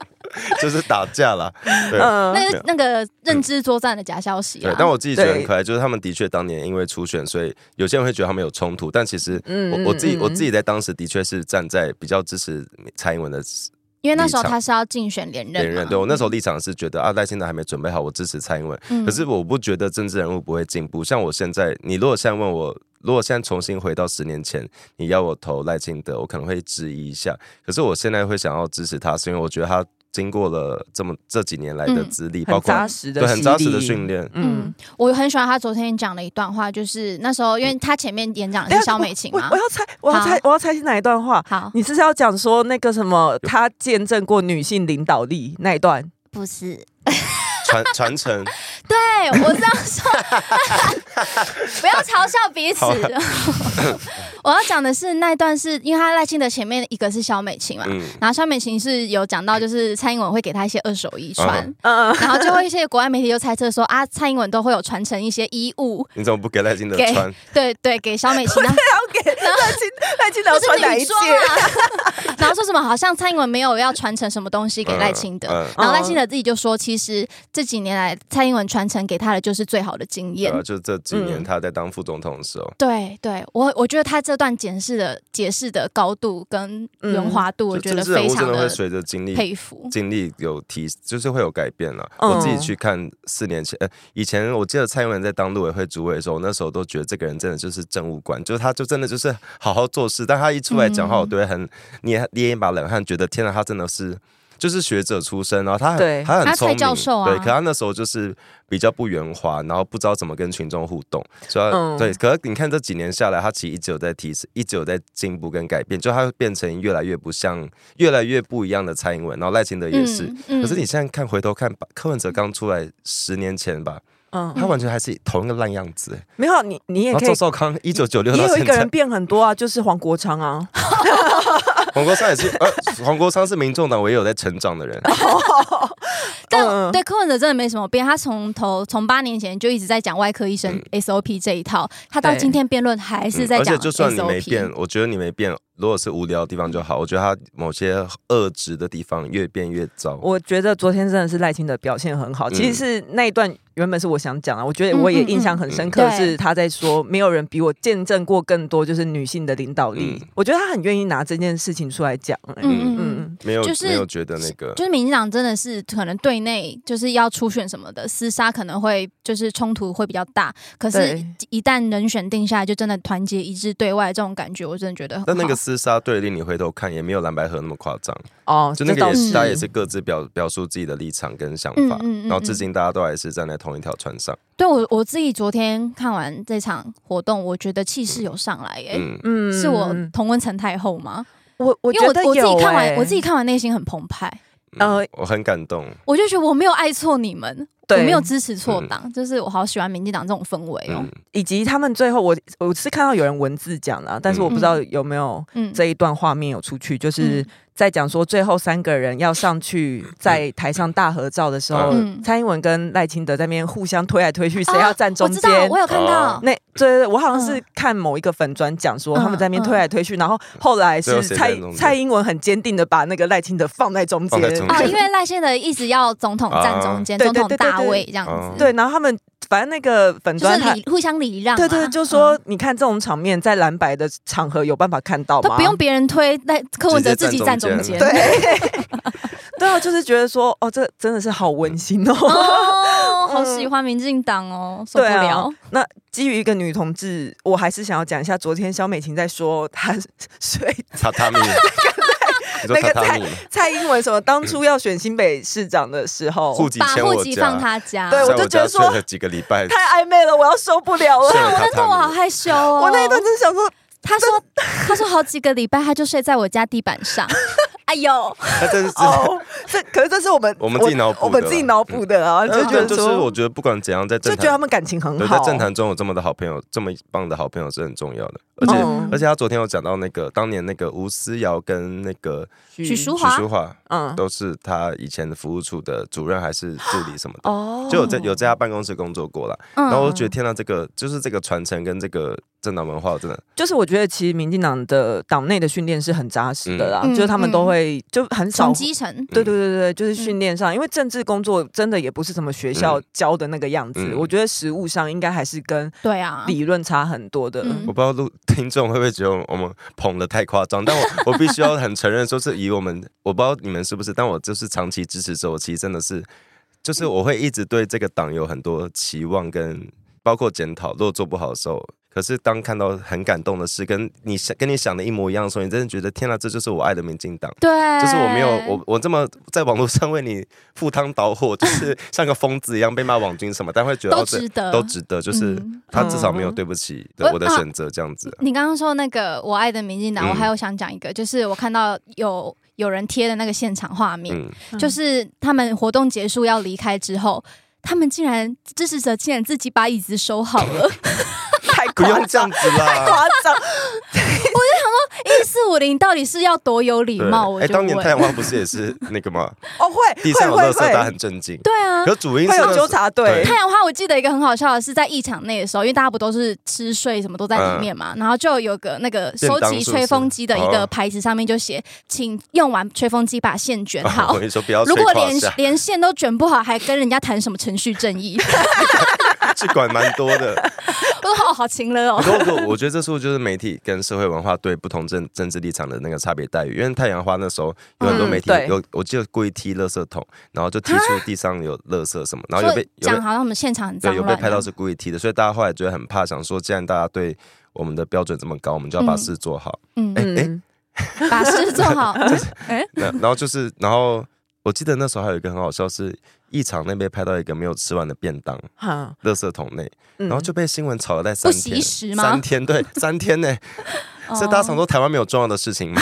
S2: 就是打架 啦。对，
S1: 嗯，
S3: 那个那个认知作战的假消息
S2: 对
S3: 啊，，
S2: 但我自己觉得很
S1: 对
S2: 可爱，就是他们的确当年因为初选，所以有些人会觉得他们有冲突，但其实
S1: 嗯
S2: 我我自己
S1: 嗯嗯
S2: 我自己在当时的确是站在比较支持蔡英文的
S3: 因为那时候
S2: 立场
S3: 他是要竞选连任嘛，
S2: 连
S1: 啊
S2: 任，对我那时候立场是觉得啊赖清德还没准备好，我支持蔡英文。
S3: 嗯
S2: 可是我不觉得政治人物不会进步，像我现在，你如果现在问我。如果现在重新回到十年前，你要我投赖清德，我可能会质疑一下。可是我现在会想要支持他，是因为我觉得他经过了这么这几年来的
S3: 嗯
S2: 资历，包
S1: 很
S2: 括
S1: 扎实的，
S2: 对很扎实的训。练，
S1: 嗯
S3: 嗯，，我很喜欢他昨天讲的一段话，就是那时候因为他前面演讲的
S2: 哎
S1: 等
S3: 是
S1: 一下
S3: 萧美
S1: 哎
S3: 琴
S1: 我
S3: 嘛
S1: 我，要猜，我要猜
S3: 好，
S1: 我要猜是哪一段话？
S3: 好，
S1: 你是不是要讲说那个什么，他见证过女性领导力那一 段？
S3: 不是，
S2: 传 传承。
S3: 对我这样 说，不要嘲笑彼此
S2: 好。
S3: 我要讲的是那一段是，因为他赖清德前面一个是萧美琴嘛，
S2: 嗯，
S3: 然后萧美琴是有讲到，就是蔡英文会给他一些二手衣穿，
S1: 嗯，
S3: 然后就会一些国外媒体就猜测说啊，蔡英文都会有传承一些衣物，
S2: 你怎么不给赖清德
S3: 给
S2: 穿？
S3: 对对，给萧 美琴，然后啊
S1: 要给赖清赖清德
S3: 就
S1: 穿哪
S3: 是
S1: 一
S3: 女
S1: 件
S3: 装？啊， 然后说什么好像蔡英文没有要传承什么东西给赖清德，
S2: 嗯嗯
S3: 然后赖清德自己就说，其实这几年来蔡英文传承给他的就是最好的经
S2: 对
S3: 验
S2: 啊，。就这几年
S1: 嗯
S2: 他在当副总统的时候，
S3: 对对，我我觉得他这段解释的解释的高度跟
S1: 嗯
S3: 圆滑度，我
S2: 就
S3: 觉
S2: 政
S3: 得
S2: 治人物
S3: 非
S2: 真
S3: 常
S2: 的会
S3: 的
S2: 随着经历
S3: 佩服。
S2: 经历有提，就是会有改变了。
S1: 嗯
S2: 我自己去看四年前，呃，以前我记得蔡英文在当陆委会主委的时候，我那时候都觉得这个人真的就是政务官，就是他就真的就是好好做事，但他一出来讲话，
S3: 嗯
S2: 我都会很捏捏一把冷汗，觉得天哪，他真的是。就是学者出身，然后他
S1: 对
S2: 很他
S3: 他
S2: 很聪
S3: 蔡
S2: 明，
S3: 教授啊
S2: 对，可他那时候就是比较不圆滑，然后不知道怎么跟群众互动，所以他、
S1: 嗯
S2: 对。可是你看这几年下来，他其实一直有在提升，一直有在进步跟改变，就他变成越来越不像，越来越不一样的蔡英文，然后赖清德也是。
S3: 嗯
S2: 可是你现在看回头看，柯文哲刚出来十年前吧，
S1: 嗯，
S2: 他完全还是同一个烂样子、欸。
S1: 没有你，你也
S2: 然后
S1: 可以
S2: 周，少康一九九六
S1: 也
S2: 到
S1: 有一
S2: 现
S1: 个人
S2: 在，
S1: 变很多啊，就是黄国昌啊，
S2: 黄国昌也是，呃，黄国昌是民众党唯一有在成长的人。
S1: 嗯
S3: 但对柯文哲真的没什么变，他从头从八年前就一直在讲外科医生 SOP 这一套，他到
S1: 对
S3: 今天辩论还 是在
S2: 嗯而且
S3: 讲
S2: 就算你没
S3: SOP
S2: 变。，我觉得你没变，如果是无聊的地方就好。我觉得他某些恶质的地方越变越糟。
S1: 我觉得昨天真的是赖清德表现很好，
S2: 嗯
S1: 其实是那一段原本是我想讲的，我觉得我也印象很深刻
S3: 嗯，嗯嗯
S1: 是他在说没有人比我见证过更多就是女性的领导力
S2: 嗯，
S1: 我觉得他很愿意拿这件事情出来讲，哎
S3: 嗯嗯嗯。
S1: 嗯，
S2: 没有、
S3: 就是
S2: 没有觉得那个
S3: 就是民进党真的是可能对内就是要初选什么的厮杀，可能会就是冲突会比较大。可是
S1: 对，
S3: 一旦人选定下来，就真的团结一致对外这种感觉，我真的觉得很好。
S2: 但那个厮杀对立，你回头看也没有蓝白河那么夸张，
S1: 哦，
S2: 就那
S1: 这
S2: 个
S1: 倒
S2: 也是
S1: 是
S2: 大家也是各自表表述自己的立场跟想
S3: 嗯
S2: 法，
S3: 嗯嗯
S2: 然后至
S3: 嗯
S2: 今大家都还是站在同一条船上。
S3: 对我我自己昨天看完这场活动，我觉得气势有上来耶、
S2: 嗯，
S1: 嗯
S3: 是我同温层太厚吗？
S1: 我我
S3: 因为
S1: 觉
S3: 我
S1: 得
S3: 我自
S1: 有
S3: 己看完，
S1: 哎
S3: 我自己看完内心很澎湃，
S1: 呃
S2: 呃，我很感动。
S3: 我就觉得我没有爱错你们，我
S1: 对嗯
S3: 没有支持错党，就是我好喜欢民进党这种氛围
S1: 哎
S3: 哦
S2: 嗯。，
S1: 以及他们最后我我是看到有人文字讲了，但是我不知道有没有
S3: 嗯，
S1: 这一段画面有出去，就是
S3: 嗯
S1: 在讲说最后三个人要上去
S2: 嗯
S1: 在台上大合照的时候，
S3: 嗯
S1: 蔡英文跟赖清德在那边互相推来推去，谁
S3: 啊
S1: 要站中
S3: 我知道，
S1: 间。
S3: 我有看到
S2: 哦，
S1: 那对对，对我好像是看某一个粉砖讲说，
S3: 嗯
S1: 他们在那边推来推去，然后后来
S2: 最
S1: 是
S2: 后谁
S1: 蔡
S2: 站中间
S1: 蔡英文很坚定的把那个赖清德放在中间
S2: 放，在中间
S3: 啊，因为赖清德一直要总统站中间，
S1: 啊
S3: 总统大
S1: 对对对哦
S3: 位
S1: 对
S3: 这样子，
S1: 对，然后他们反正那个粉
S3: 就是
S1: 砖他，
S3: 礼互相礼让嘛，啊嗯
S1: 对对，就说你看这种场面在蓝白的场合有办法看到
S3: 嗯
S1: 吗？
S3: 都不用别人推，赖柯文哲自己站中
S2: 直接
S3: 间，
S1: 对，对啊，就是觉得说，哦，这真的是好温馨哦。
S3: 哦，好喜欢民进党哦，受不
S1: 对啊
S3: 了，
S1: 那 基于一个女同志，我还是想要讲一下，昨天肖美琴在说她 睡
S2: 榻 榻米，你说
S1: 那
S2: 榻
S1: 个
S2: 榻米，
S1: 蔡英文什么，当初要选新北市长的时
S2: 户
S1: 候，
S2: 籍
S3: 把
S2: 迁
S3: 户
S2: 我
S3: 籍放
S2: 家，
S3: 他家，
S1: 啊对
S2: 在
S1: 我就觉
S2: 我家
S1: 得
S2: 睡
S1: 说
S2: 了几个礼拜，
S1: 太暧昧 了，我要受不了
S2: 睡
S1: 了。
S2: 了
S3: 我
S2: 榻
S3: 那段我好
S2: 榻米。
S3: 害羞哦，
S1: 我那一段真的想说，
S3: 他说他说好几个礼拜他就睡在我家地板 上，哎呦，
S2: 那真是
S1: 哦，这可是这是我们
S2: 我们自己脑补的
S1: 我们自己脑补的啊，就觉得
S2: 但就是我
S1: 说，
S2: 觉得不管怎样，在
S1: 就
S2: 政
S1: 觉得
S2: 坛
S1: 他们感情很
S2: 对，在
S1: 好。
S2: 政坛中有这么的好朋友，这么棒的好朋友是很重要的。而且、
S1: 嗯
S2: 而且他昨天有讲到那个当年那个吴思瑶跟那个
S3: 许淑
S2: 许
S3: 华
S2: 淑华
S1: 嗯，
S2: 都是他以前的服务处的主任还是助理什么的。
S1: 哦
S2: 就有在有在他办公室工作过啦，
S3: 然
S2: 然后我就觉得天呐，这个就是这个传承跟这个政党文化真的，
S1: 就是我觉得其实民进党的党内的训练是很扎实的啦，
S3: 嗯嗯
S1: 就是他们都会就很少
S3: 从。基层，
S1: 对对
S2: 嗯
S1: 对对，就是训练上，因为政治工作真的也不是什么学校教的那个样子，
S2: 嗯
S1: 我觉得实务上应该还是跟
S3: 对啊，
S1: 理论差很多的。
S3: 嗯
S2: 我不知道录 听众会不会觉得我们捧的太夸张，但我我必须要很承认，说是以我们，我不知道你们是不是，但我就是长期支持者，我其实真的是，就是我会一直对这个党有很多期望跟包括检讨，如果做不好的时候。可是当看到很感动的事，跟你想跟你想的一模一样的时候，你真的觉得天呐，这就是我爱的民进党。
S3: 对，
S2: 就是我没有
S3: 哎
S2: 我我这么在网络上为你赴汤蹈火， 就是像个疯子一样被骂网军什么，但会觉得
S3: 都
S2: 哦这
S3: 值得，
S2: 都值得，就是
S3: 嗯
S2: 他至少没有
S1: 嗯
S2: 对不起
S3: 我
S2: 我的
S3: 啊
S2: 选择这样子啊。
S3: 你刚刚说那个我爱的民进党，
S2: 嗯
S3: 我还有想讲一个，就是我看到有有人贴的那个现场画面，
S2: 嗯，
S3: 就是他们活动结束要离开之后。他们竟然支持者竟然自己把椅子收好了，
S1: 太
S2: 不
S1: 夸
S2: 用这
S1: 张
S2: 样，子啦。
S1: 夸张。
S3: 一四五零到底是要多有礼
S2: 对
S3: 貌？我
S2: 哎，
S3: 就
S2: 当
S3: 问，
S2: 年太阳花不是也是那个吗？
S1: 哦，会
S2: 地
S1: 会
S2: 上有垃
S1: 会
S2: 圾，大家
S1: 会
S2: 很震惊。
S3: 对啊，
S2: 可主因
S1: 会
S2: 是
S1: 有纠察队
S2: 对，
S3: 太阳花，我记得一个很好笑的是，在议场内的时候，因为大家不都是吃睡什么都在里面
S2: 嗯
S3: 嘛，然后就有个那个收集吹风机的一个牌子，上面就写，请用完吹风机把线卷好
S2: 我。跟你说，不哦要
S3: 如
S2: 吹
S3: 果
S2: 胯
S3: 连
S2: 下，
S3: 连线都卷不好，还跟人家谈什么程序正义？
S2: 这管蛮多的。
S3: 我说哦，好勤了哦。
S2: 可是我我觉得这是不是就是媒体跟社会文化对不同政政治立场的那个差别待遇？因为太阳花那时候有很多
S1: 嗯
S2: 媒体
S1: 对
S2: 有，我记得故意踢垃圾桶，然后就踢出地上有垃圾什么，然后有被有
S3: 啊讲
S2: 被
S3: 好像我们现场很脏
S2: 对有被
S3: 乱，
S2: 拍到是故意踢的，所以大家后来觉得很怕，想说既然大家对我们的标准这么高，我们就要把
S3: 嗯
S2: 事做好。
S3: 嗯，
S2: 哎
S1: 嗯，
S3: 把事做好。
S2: 那然后就是然后。我记得那时候还有一个很好笑是，一场内被拍到一个没有吃完的便当，
S1: 哈，
S2: 垃圾桶内，
S1: 嗯
S2: 哎然后就被新闻炒了在三
S3: 不
S2: 天，
S3: 惜食吗
S2: 三天对，三天呢、所以大家
S3: 嗯哦
S2: 常说台湾没有重要的事情 嘛，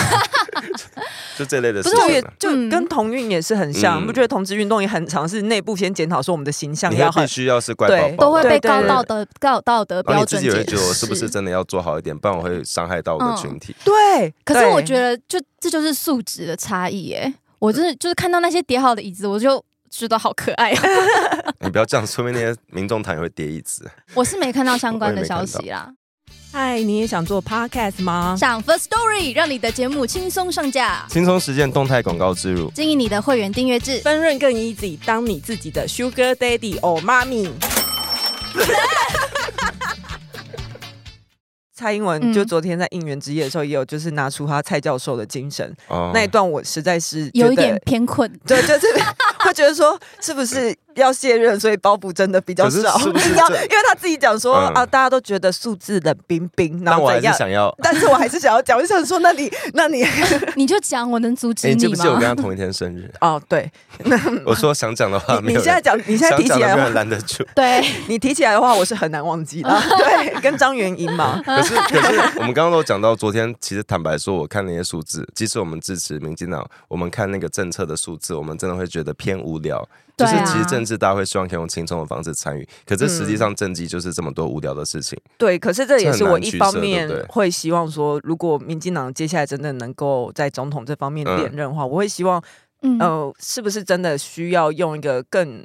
S2: 就这类的
S1: 不
S2: 事
S1: 是，我
S2: 情
S1: 也
S2: 啊。
S1: 就
S3: 嗯
S1: 跟同运也是很像，
S2: 嗯
S1: 不觉得同志运动也很常是内部先检讨说我们的形象
S2: 你
S1: 要
S2: 会必
S1: 很
S2: 须要是乖
S1: 对
S2: 宝宝，
S3: 都会
S1: 对
S3: 被
S1: 对
S3: 高
S1: 对
S3: 道德高道德
S2: 然后
S3: 标
S2: 你自
S3: 准
S2: 己也会
S3: 解
S2: 觉得我是不是真的要做好一点，不然我会伤害到我的
S3: 嗯
S2: 群体。
S1: 对。
S3: 可是我觉
S1: 得
S3: 得就，这就是素质的差异耶。我就是就是看到那些叠好的椅子，我就觉得好可爱哦。
S2: 你不要这样，说明那些民众党也会跌一子。
S3: 我是没看到相关的消息啦。
S1: 嗨，你也想做 podcast 吗？
S3: 上 First Story 让你的节目轻松上架，
S2: 轻松实践动态广告植入，
S3: 经营你的会员订阅制。
S1: 分润更 easy，当你自己的 sugar daddy or mommy。蔡英文就
S3: 嗯
S1: 昨天在应援之夜的时候，也有就是拿出他蔡教授的精神、
S2: 哦
S1: 那一段，我实在是觉
S3: 有
S1: 得
S3: 一点偏困，
S1: 对，就是 会觉得说，是不是要卸任，所以包袱真的比较
S2: 可是
S1: 少？
S2: 是 不是
S1: 要，因
S2: 这
S1: 为他自己讲说、
S2: 嗯
S1: 啊，大家都觉得数字冷冰冰，然
S2: 但
S1: 后
S2: 我还
S1: 怎
S2: 是
S1: 样？
S2: 想要。
S1: 但是我还是想要讲，我就想说，那你，那 你，
S3: 你就讲，我能阻止
S2: 哎，你记不
S3: 你
S2: 记得我跟他
S3: 吗？
S2: 同一天 生日？
S1: 哦，对，
S2: 我说想讲的话，
S1: 你
S2: 没
S1: 你
S2: 有
S1: 现在
S2: 人
S1: 讲，你现在
S2: 想
S1: 提
S2: 讲
S1: 起
S2: 的
S1: 来
S2: 没
S1: 的
S2: 有
S1: 话
S2: 人，拦得住。
S3: 对，
S1: 你提起来的话，我是很难忘 记的。对，跟张元英嘛，
S2: 可是， 可是我们刚刚都讲到，昨天其实坦白说，我看那些数字，即使我们支持民进党，我们看那个政策的数字，我们真的会觉得偏无聊。就
S3: 对
S2: 是
S3: 啊
S2: 其实政治大家会希望可以用轻松的方式参与，可是实际上政绩就是这么多无聊的事情。
S1: 对。可是这也是
S2: 这很
S1: 我
S2: 难
S1: 一
S2: 取
S1: 方
S2: 舍
S1: 面
S2: 对不对
S1: 会希望说，如果民进党接下来真的能够在总统这方面
S2: 嗯
S1: 连任的话，我会希望
S3: 嗯，
S1: 呃，是不是真的需要用一个更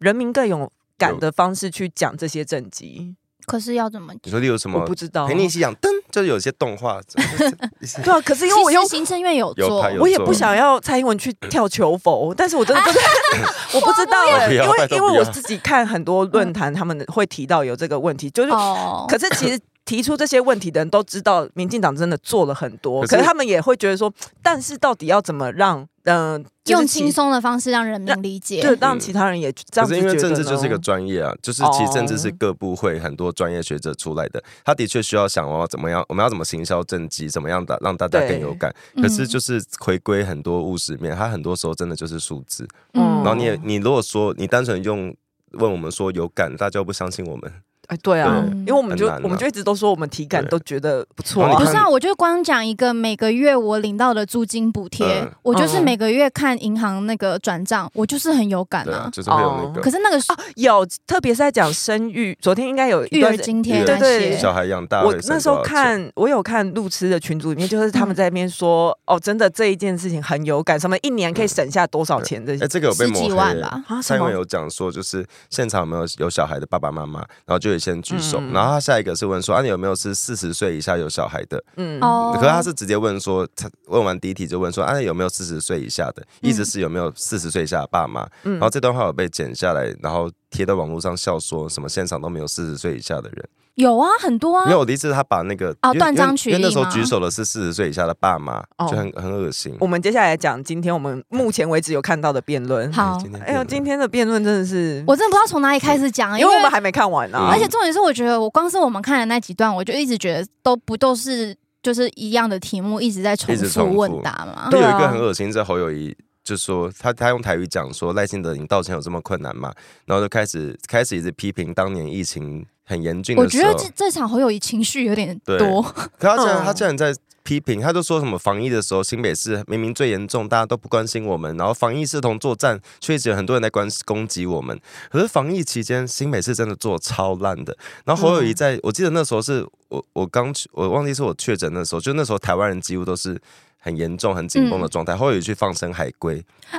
S1: 人民更有感
S2: 有
S1: 的方式去讲这些政绩？
S3: 可是要怎么？
S2: 你说例如什
S1: 我
S2: 么
S1: 不知道
S2: 陪。你一起养灯，就是有些动画，就是
S1: 对啊，可是因为我
S3: 其
S1: 又
S3: 实行政院有
S2: 有
S3: 做
S2: 拍，有
S1: 我也
S2: 做
S1: 不想要蔡英文去跳求佛，但是我真的不知道， 我不知道哎、
S2: 不
S1: 因
S2: 要
S1: 为
S2: 拜托
S1: 因为
S2: 不
S1: 我
S2: 要
S1: 自己看很多论坛，他们会提到有这个问题，就是、
S3: 哦，
S1: 可是其实。提出这些问题的人都知道，民进党真的做了很多，
S2: 可
S1: 可是
S2: 是
S1: 他们也会觉得说，但是到底要怎么让，嗯、就是
S3: 用
S1: 其
S3: 轻，松的方式让人
S1: 让
S3: 民理解，
S1: 就让
S2: 嗯
S1: 其他人也这
S2: 可
S1: 样子
S2: 是因为
S1: 觉
S2: 政
S1: 得
S2: 治就是一个
S1: 呢哦
S2: 专业啊，就是其实政治是各部会很多专业学者出来的，他的确需要想哦，怎么样，我们要怎么行销政绩，怎么样的让大家
S1: 对
S2: 更有感。
S3: 嗯
S2: 可是就是回归很多务实面，它很多时候真的就是数字。
S1: 嗯
S2: 然后你也，你如果说你单纯用问我们说有感，大家又不相信我们。
S1: 哎，对啊，
S3: 对
S1: 因为我们就
S2: 很难啊
S1: 我们就一直都说我们体感
S2: 对
S1: 都觉得不错、
S2: 然后
S3: 不
S2: 你
S1: 啊，
S3: 是啊，我就光讲一个每个月我领到的租金补贴，
S2: 嗯
S3: 我就是
S1: 嗯
S3: 每个月看银行那个转账，我就是很有感
S2: 对啊
S3: 啊，。
S2: 就是会有
S1: 哦
S2: 那
S3: 可
S2: 个
S3: 是那个
S1: 有，特别是在讲生育，昨天应该有一
S3: 育
S1: 段
S3: 儿
S1: 时间。
S3: 津贴
S2: 育
S3: 那
S2: 儿
S1: 对
S3: 些
S2: 小，孩养大会
S1: 我
S2: 省多少钱。啊嗯
S1: 那时候看，我有看路痴的群组里面，就是他们在那边说，哦，真的这一件事情很有感，什么一年可以省下多少钱这
S2: 哎，
S1: 些
S2: 这个有被
S3: 十
S2: 抹
S3: 几
S2: 黑
S3: 万
S2: 耶
S3: 吧。
S1: 啊？什
S2: 蔡英
S1: 么
S2: 文？有讲说，就是现场有没有有小孩的爸爸妈妈，然后就有些人举手，
S1: 嗯
S2: 然后他下一个是问说，啊，你有没有是四十岁以下有小孩的？
S1: 嗯，
S3: 哦，
S2: 可是他是直接问说，他问完第一题就问说，啊，有没有四十岁以下的？
S3: 嗯
S2: 意思是有没有四十岁以下的爸妈？
S1: 嗯
S2: 然后这段话有被剪下来，然后贴到网络上笑说什么现场都没有四十岁以下的人。
S3: 有啊，很多啊
S2: 没，有，我的意思是他把那个
S3: 哦
S2: 因为
S3: 断章取义
S2: 因为因为那时候
S3: 吗
S2: 举手的是四十岁以下的爸妈，
S1: 哦
S2: 就很很恶心。
S3: 哦
S1: 我们接下来讲今天我们目前为止有看到的辩论。
S3: 好，
S2: 天
S1: 哎呦，
S2: 变
S1: 今天的辩论真的是，
S3: 我真的不知道从哪里开始讲，欸
S1: 因
S3: 为
S1: 为我们还没看完呢、
S2: 嗯
S1: 啊
S3: 而且重点是，我觉得我光是我们看的那几段，我就一直觉得都不都是就是一样的题目，一直在重
S2: 一直
S3: 复
S2: 重复
S3: 问答嘛。
S2: 就
S1: 对
S2: 有
S1: 啊
S2: 一个很恶心，这侯友谊就说他他用台语讲说赖清德，你道歉有这么困难吗？然后就开始开始一直批评当年疫情很严峻
S3: 我
S2: 的
S3: 觉
S2: 时
S3: 得
S2: 候，
S3: 这这场侯友谊情绪有点
S2: 对
S3: 多，
S2: 可他竟然、
S1: 嗯
S2: 他竟然在批评，他就说什么防疫的时候新北市明明最严重，大家都不关心我们，然后防疫视同作战，却一直有很多人在关攻击我们。可是防疫期间新北市真的做得超烂的。然后侯友谊在、我记得那时候是我我刚去我忘记是我确诊的时候，就那时候台湾人几乎都是。很严重、很紧绷的状态，侯友谊去放生海龟，
S3: 而且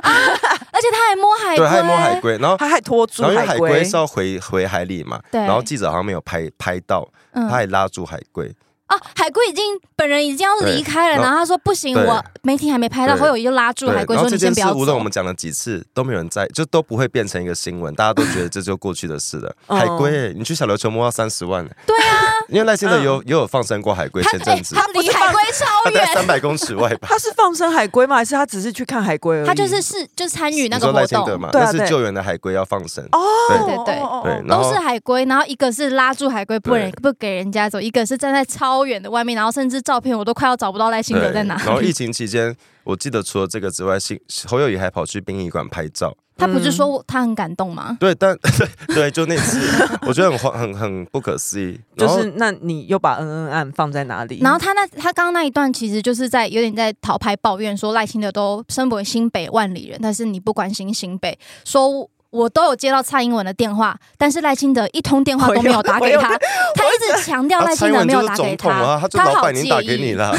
S3: 他还摸海
S2: 对，
S3: 龟，啊
S2: 还摸海龟，然后
S1: 他还拖住
S2: 然后因为海
S1: 龟
S2: 龟是要回回海里嘛，
S3: 对
S2: 然后记者好像没有拍拍到，
S3: 嗯
S2: 他还拉住海龟，
S3: 啊，海龟已经本人已经要离开了，
S2: 对
S3: 然后他说不行，
S2: 对
S3: 我媒体还没拍到，
S2: 对
S3: 侯友谊就拉住
S2: 对
S3: 海龟
S2: 然
S3: 说
S2: 后
S3: 你
S2: 这
S3: 先
S2: 件
S3: 不
S2: 事
S3: 要
S2: 无论我
S3: 走
S2: 们。讲了几次都没有人在，就都不会 变成一个新闻，大家都觉得这就过去的事了。
S1: 嗯
S2: 海龟、欸，你去小琉球摸到三十万、欸，
S3: 对啊，
S2: 因为赖清德有也有放生过海龟，前阵子
S3: 他离海龟超
S2: 他在三
S3: 远，
S2: 百公尺外吧。
S1: 他是放生海龟吗？还是他只是去看海龟而已？哦
S3: 他就是是就是 参与那
S2: 你
S3: 个
S2: 说赖
S3: 活
S2: 清德
S3: 动，
S2: 嘛，
S1: 对啊
S2: 那是
S1: 对
S2: 救援的海龟要放生。
S1: 哦，
S3: 对对
S1: 哦哦
S2: 对
S1: 哦
S2: 然
S3: 都
S2: 后
S3: 是海龟，然后一个是拉住海龟不人不给人家走，一个是站在超远的外面，然后甚至照片我都快要找不到赖清德
S2: 对，
S3: 在哪
S2: 然后疫
S3: 里。
S2: 情期间，我记得除了这个之外，新侯友谊还跑去殡仪馆拍照。
S3: 他不是说我他很感动吗？
S2: 对，但 对对，就那次，我觉得很荒很很不可思议。
S1: 就
S2: 然后
S1: 是那你又把恩恩案放在哪里？
S3: 然后他那他刚刚那一段其实就是在有点在讨拍抱怨说赖清德都身为新北万里人，但是你不关心新北，说我都有接到蔡英文的电话，但是赖清德一通电话都没有打
S1: 我
S3: 给
S1: 有
S3: 他， 他一直强调
S2: 啊
S3: 赖
S2: 蔡
S3: 清
S2: 英
S3: 德
S2: 文
S3: 没
S2: 就
S3: 有
S2: 是
S3: 打
S2: 总
S3: 给
S2: 统啊，他就
S3: 他
S2: 老
S3: 好
S2: 板已
S3: 介
S2: 经打给你
S3: 意。
S2: 了。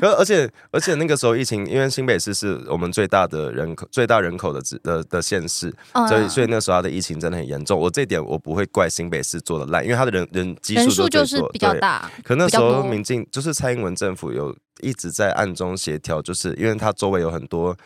S2: 而而且而且那个时候疫情，因为新北市是我们最大的人口最大人口的之的的县市，
S3: 嗯
S2: 所以所以那时候它的疫情真的很严重。我这点我不会怪新北市做的烂，因为它的人人基
S3: 人
S2: 数就
S3: 数就
S2: 最
S3: 是
S2: 多
S3: 比较
S2: 对
S3: 大，
S2: 可那时
S3: 比较
S2: 候
S3: 多
S2: 民进就是蔡英文政府有一直在暗中协调，就是因为它周围有很多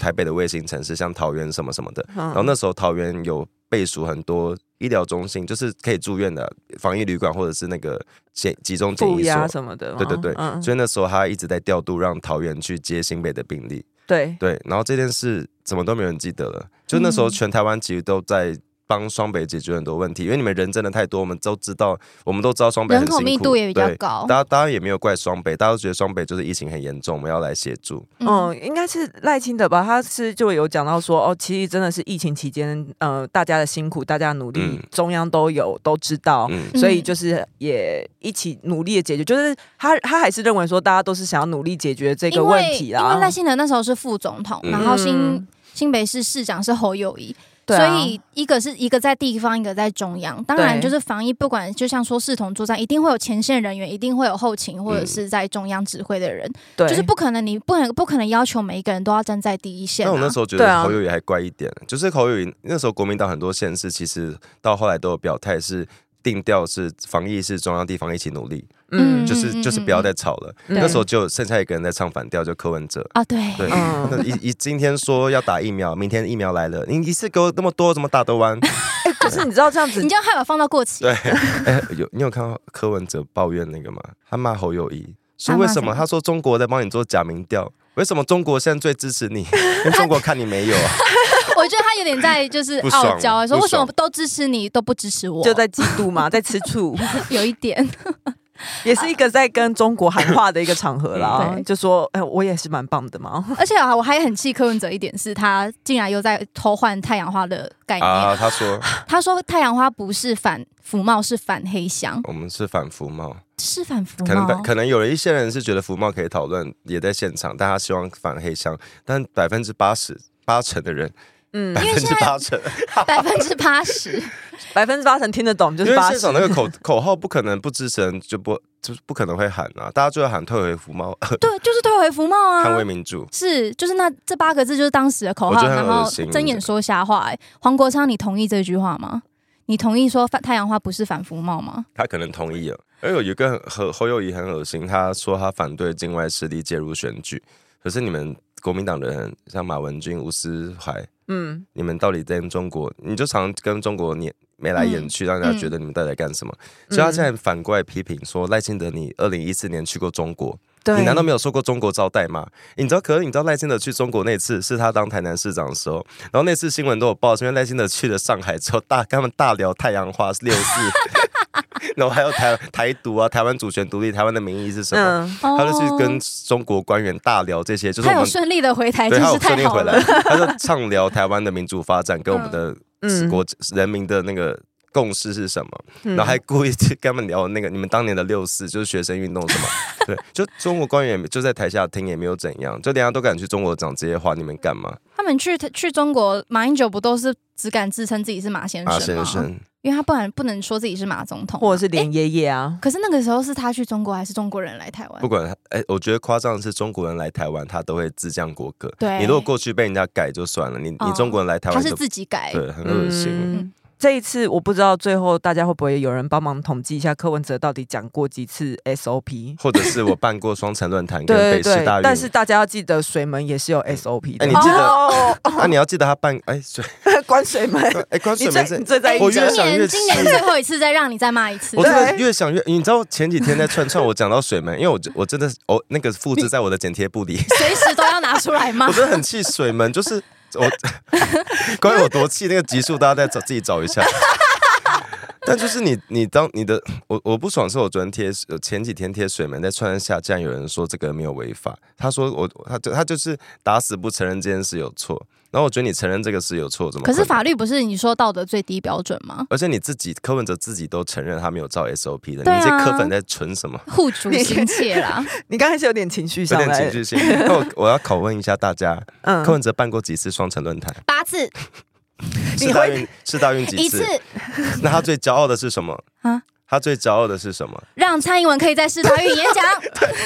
S2: 台北的卫星城市，像桃园什么什么的。
S1: 嗯
S2: 然后那时候桃园有备属很多医疗中心，就是可以住院的防疫旅馆或者是那个集集中检
S1: 负
S2: 疫
S1: 压
S2: 所。
S1: 什么的吗，
S2: 对对对，
S1: 嗯，
S2: 所以那时候他一直在调度让桃园去接新北的病例。
S1: 对，
S2: 对，然后这件事怎么都没有人记得了。就那
S3: 嗯
S2: 时候，全台湾其实都在帮双北解决很多问题，因为你们人真的太多，我们都知道，我们都知道双北很
S3: 人
S2: 辛苦，
S3: 口密度也比较
S2: 对
S3: 高。
S2: 大家大家也没有怪双北，大家都觉得双北就是疫情很严重，我们要来协助。
S1: 嗯，应该是赖清德吧？他是就有讲到说，哦，其实真的是疫情期间，呃，大家的辛苦，大家的努力，
S2: 嗯
S1: 中央都有都知
S3: 哦
S1: 道，
S2: 嗯，
S1: 所以就是也一起努力的解决。就是他他还是认为说，大家都是想要努力解决这个
S3: 因
S1: 问
S3: 为
S1: 题
S3: 因为
S1: 啦
S3: 赖。清德那时候是副总统，
S2: 嗯
S3: 然后新
S1: 嗯
S3: 新北市市长是侯友谊，
S1: 对啊
S3: 所以一个是一个在地方，一个在中央。当然，就是防疫，不管就像说视同作战，一定会有前线人员，一定会有后勤或者
S2: 嗯
S3: 是在中央指挥的人，
S1: 对，
S3: 就是不可能你不能不可能要求每一个人都要站在第一线、
S2: 但
S3: 啊。
S2: 我那时候觉
S1: 对
S2: 得
S1: 啊
S2: 侯友宜还怪一点，就是侯友宜那时候国民党很多县市其实到后来都有表态是。定调是防疫是中央地方一起努力，
S3: 嗯
S2: 就是就是不要再吵了。
S1: 嗯
S2: 那时候就剩下一个人在唱反调，就柯文哲。
S3: 啊，对，
S2: 对，
S1: 嗯
S2: 那一一今天说要打疫苗，明天疫苗来了，你一次给我那么多，怎么打得 完？
S1: 哎可是你知道这样子
S3: 你这样害我放到过期
S2: 对，哎，有你有看到柯文哲抱怨那个吗？他骂侯友谊，说
S3: 他骂
S2: 为什么？
S3: 谁
S2: 他说中国在帮你做假民调，为什么中国现在最支持 你？因为中国看你没有啊，
S3: 我觉得他有点在 就是
S2: 不爽
S3: 傲娇，说
S2: 不
S3: 为什
S2: 爽
S3: 么都支持你都不支持我，
S1: 就在嫉妒嘛，在吃醋，
S3: 有一 点。
S1: 也是一个在跟中国喊话的一个场合啦
S3: 嗯。对
S1: 就说，哎，我也是蛮棒的嘛。
S3: 而且啊，我还很气柯文哲一点是，他竟然又在偷换太阳花的概念。
S2: 啊，他说
S3: 他说太阳花不是反服贸，是反黑箱，
S2: 我们是反服贸，
S3: 是反服
S2: 可能
S3: 贸。哦
S2: 可能有一些人是觉得服贸可以讨论，也在现场，但他希望反黑箱，但百分之八十八成的人，
S1: 嗯
S2: 百，分之八成，
S3: 百分之八 十，
S1: 百分之八成听得懂，就是
S2: 因为
S1: 八
S2: 现
S1: 十
S2: 场。那个口口号不可能不支持人就不就是不可能会喊啊，大家就要喊退回服贸，
S1: 啊
S3: 对，就是退回服贸
S2: 捍卫
S3: 啊。
S2: 民主。是
S3: 是，就是那这八个字就是当时的口
S2: 我觉
S3: 号，
S2: 得很
S3: 然后
S2: 恶心
S3: 睁眼说瞎话、哎，黄国昌，你同意这句话吗？你同意说反太阳花不是反服贸吗？
S2: 他可能同意了。而有一个很侯侯友谊很恶心，他说他反对境外势力介入选举，可是你们国民党的人像马文君、吴思怀，
S1: 嗯，
S2: 你们到底在中国，你就常跟中国你眉来眼去，让人家觉得你们到底在干什么？所以他现在反过来批评说赖清德，你二零一四年去过中国，
S1: 对，
S2: 你难道没有受过中国招待吗？你知道，可是你知道赖清德去中国那次是他当台南市长的时候，然后那次新闻都有报，是因为赖清德去了上海之后大跟他们大聊太阳花六四， 然后还有台台独啊，台湾主权独立，台湾的名义是什么？
S1: 嗯，
S2: 他就去跟中国官员大聊这些，就是我
S3: 哦他有
S2: 们
S3: 顺利的回台，
S2: 对
S3: 真
S2: 他
S3: 是
S2: 有顺
S3: 太
S2: 利
S3: 好
S2: 回
S3: 了
S2: 来。，他就畅聊台湾的民主发展跟我们的
S1: 嗯
S2: 国人民的那个共识是什么。
S1: 嗯
S2: 然后还故意去跟他们聊那个你们当年的六四，就是学生运动 什么，对，就中国官员也没就在台下听也没有怎样，就连他都敢去中国讲这些话，你们 干嘛？
S3: 他们去去中国，马英九不都是只敢自称自己是马先生
S2: 啊，
S3: 吗？
S2: 先生，
S3: 因为他不然不能说自己是马总统嘛，
S1: 或者是连爷爷啊，
S3: 可是那个时候是他去中国，还是中国人来台湾
S2: 不？管他哎，我觉得夸张的是中国人来台湾，他都会自降国歌。
S3: 对
S2: 你如果过去被人家改就算了，你你
S3: 哦
S2: 中国人来台
S3: 他
S2: 湾
S3: 是
S2: 就
S3: 自己改，
S2: 对，很恶心。
S1: 嗯这一次我不知道最后大家会不会有人帮忙统计一下柯文哲到底讲过几次 SOP。
S2: 或者是我办过双 城论坛跟
S1: 对
S2: 北
S1: 对
S2: 师大
S1: 对，
S2: 运，
S1: 但是大家要记得水门也是有 SOP 的。
S2: 哎你记得
S1: 哦、
S2: 啊，你要记得他办哎水
S1: 关水门，
S2: 哎 关
S1: 你最
S2: 水门是
S1: 你，最在
S3: 哎
S1: 意
S2: 我
S1: 这
S2: 越
S1: 个
S3: 今
S2: 想
S3: 年
S2: 越
S3: 今年
S2: 气
S3: 最后一次再让你再骂一次
S2: 我。真的
S1: 对
S2: 越想越，你知道前几天在串串，我讲到 水门，因为我我真的是哦那个复制在我的剪贴簿里，
S3: 随时都要拿出来骂
S2: 我。真的很气水门， 就是我关于我多气那个集数，大家再找自己找一 下。但就是你，你当你的我我不爽是我昨天贴呃前几天贴水门在串下，竟然有人说这个没有违法，他说我他就他就是打死不承认这件事有错，然后我觉得你承认这个事有错，怎么
S3: 可是
S2: 能
S3: 法律不是你说道德最低标准吗？
S2: 而且你自己柯文哲自己都承认他没有照 SOP 的，
S3: 对啊
S2: 你这柯粉在存什么？
S3: 护主心切啦，
S1: 你刚才是有点情绪
S2: 有
S1: 上
S2: 点
S1: 来
S2: 情，绪性。那我 我要拷问一下大家，
S1: 嗯
S2: 柯文哲办过几次双城论坛？
S3: 八次
S1: 你
S2: 是大
S1: 会
S2: 运是大运几
S3: 一次
S2: 那他最骄傲的是什么？
S3: 啊
S2: 他最骄傲的是什 么？
S3: 让蔡英文可以在世大运演 讲，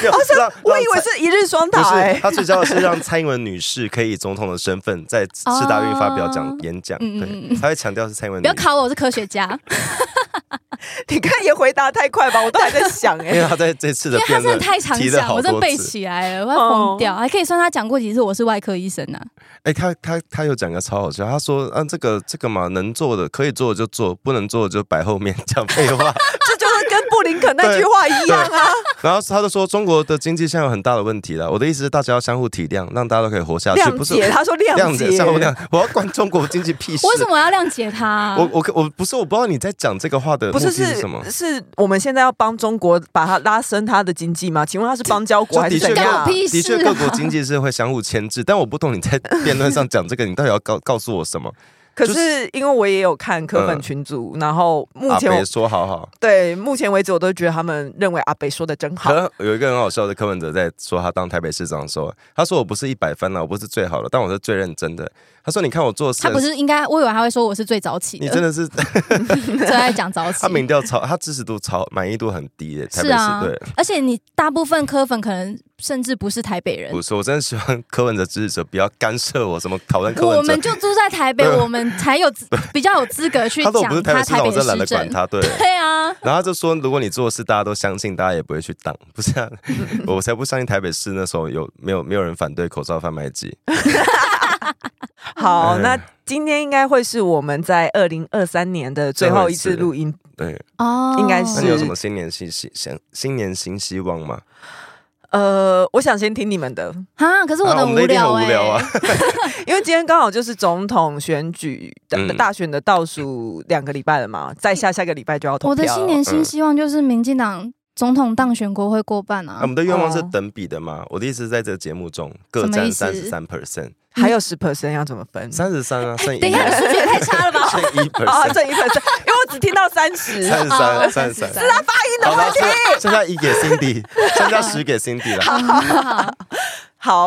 S2: 没有让
S1: 我
S2: 让
S1: 以为
S2: 蔡
S1: 是一日双
S2: 不
S1: 打哎、
S3: 欸
S2: 是，他最骄傲的是让蔡英文女士可以以总统的身份在世大运发表讲演讲。
S3: 嗯嗯
S2: 对，他会强调是蔡英文
S3: 不
S2: 女
S3: 要
S2: 士，
S3: 考我，我是科学家。
S1: 你看也回答太快吧，我都还在想哎、
S2: 因为他在这次
S3: 因
S2: 的
S3: 为他
S2: 辩
S3: 真
S2: 论
S3: 的太常
S2: 提了
S3: 讲，
S2: 好
S3: 我真的
S2: 多
S3: 背
S2: 次。
S3: 起来了，我要疯掉。还可以算他讲过几次我是外科医生呢、啊
S2: 哎，他他他有讲个超好笑，他说啊，这个这个嘛，能做的可以做的就做，不能做的就摆后面讲废话。
S1: 这就是跟布林肯那句话一样啊。
S2: 然后他就说，中国的经济现在有很大的问题了。我的意思是，大家要相互体谅，让大家都可以活下去，
S1: 谅
S2: 不是
S1: 解，他说谅
S2: 谅
S1: 解，
S2: 解相互谅。我要管中国经济屁事。
S3: 为什么我要谅解 他、
S2: 我我我不是我不知道你在讲这个话的目
S1: 不
S2: 的
S1: 是
S2: 是
S1: 是
S2: 什么。
S1: 是我们现在要帮中国把它拉升它的经济吗？请问他是邦交国
S2: 就
S1: 还是
S2: 的
S1: 怎
S2: 确，
S1: 样
S3: 干我？屁
S2: 的
S3: 事啊
S2: 确，各国经济是会相互牵制，但我不懂你在辩论上讲这个，你到底要告告诉我什么？
S1: 可
S2: 就是
S1: 因为我也有看科粉
S2: 嗯
S1: 群组，然后 目
S2: 阿
S1: 前我
S2: 北说好好，
S1: 对目前为止我都觉得他们认为阿北说的真好。
S2: 可有一个很好笑的柯文哲在说他当台北市长的时候，他说我不是一百分了，我不是最好的，但我是最认真的。他说你看我做事
S3: 他
S2: 很，
S3: 不是应该？我以为他会说我是最早起
S2: 你真
S3: 的，
S2: 的是
S3: 最爱讲早起
S2: 他。民调超，他支持度超，满意度很低耶，台
S3: 是
S2: 北市、
S3: 啊
S2: 对。，
S3: 而且你大部分科粉可能甚至不是台北人
S2: 不，是，我真的希望柯文哲支持者不要干涉我什么讨论柯
S3: 我
S2: 文哲
S3: 们，就住在台北，
S2: 对
S3: 我们才有资比较有资格去
S2: 他都不
S3: 讲
S2: 是台北市
S3: 台
S2: 长，
S3: 北
S2: 我
S3: 的
S2: 真的懒
S3: 市
S2: 得管
S3: 政。
S2: 他。对，
S3: 对啊，
S2: 然后他就说，如果你做事大家都相信，大家也不会去挡，不是 啊？我才不相信台北市那时候有没有没有人反对口罩贩卖机。
S1: 好，
S2: 嗯
S1: 那今天应该会是我们在二零二三年的最后一次
S2: 最后一次
S1: 录音。
S2: 对，
S3: 哦，
S1: 应该
S2: 那
S1: 是
S2: 你有什么新年新希想新年新希望吗？
S1: 呃，我想先听你们的，
S3: 啊？可是我
S2: 啊
S3: 的
S2: 我们的一定很无
S3: 哎、
S2: 聊啊！
S1: 因为今天刚好就是总统选举的
S2: 嗯
S1: 大选的倒数两个礼拜了嘛，再下下个礼拜就要投票
S3: 我
S1: 了。
S2: 啊
S3: 的新年
S2: 嗯
S3: 新希望就是民进党总统当选国会过半
S2: 啊
S3: 啊
S2: 我。们的愿望是
S1: 哦
S2: 等比的嘛？我的意思是在这个节目中各
S3: 什么
S2: 占
S3: 意思
S2: 三十三 percent，
S1: 还有十 percent 要怎么分？
S2: 三十三啊，剩一
S3: 等一下，数学太差了吧？
S2: 剩一
S1: 啊，
S2: percent，
S1: 这一 percent，因为我只听到三十。
S2: 三十
S3: 哦
S2: 三， 三十三，
S3: 是他
S2: 发音的问题。 剩下一给 Cindy，剩下十给 Cindy 了。
S3: 好，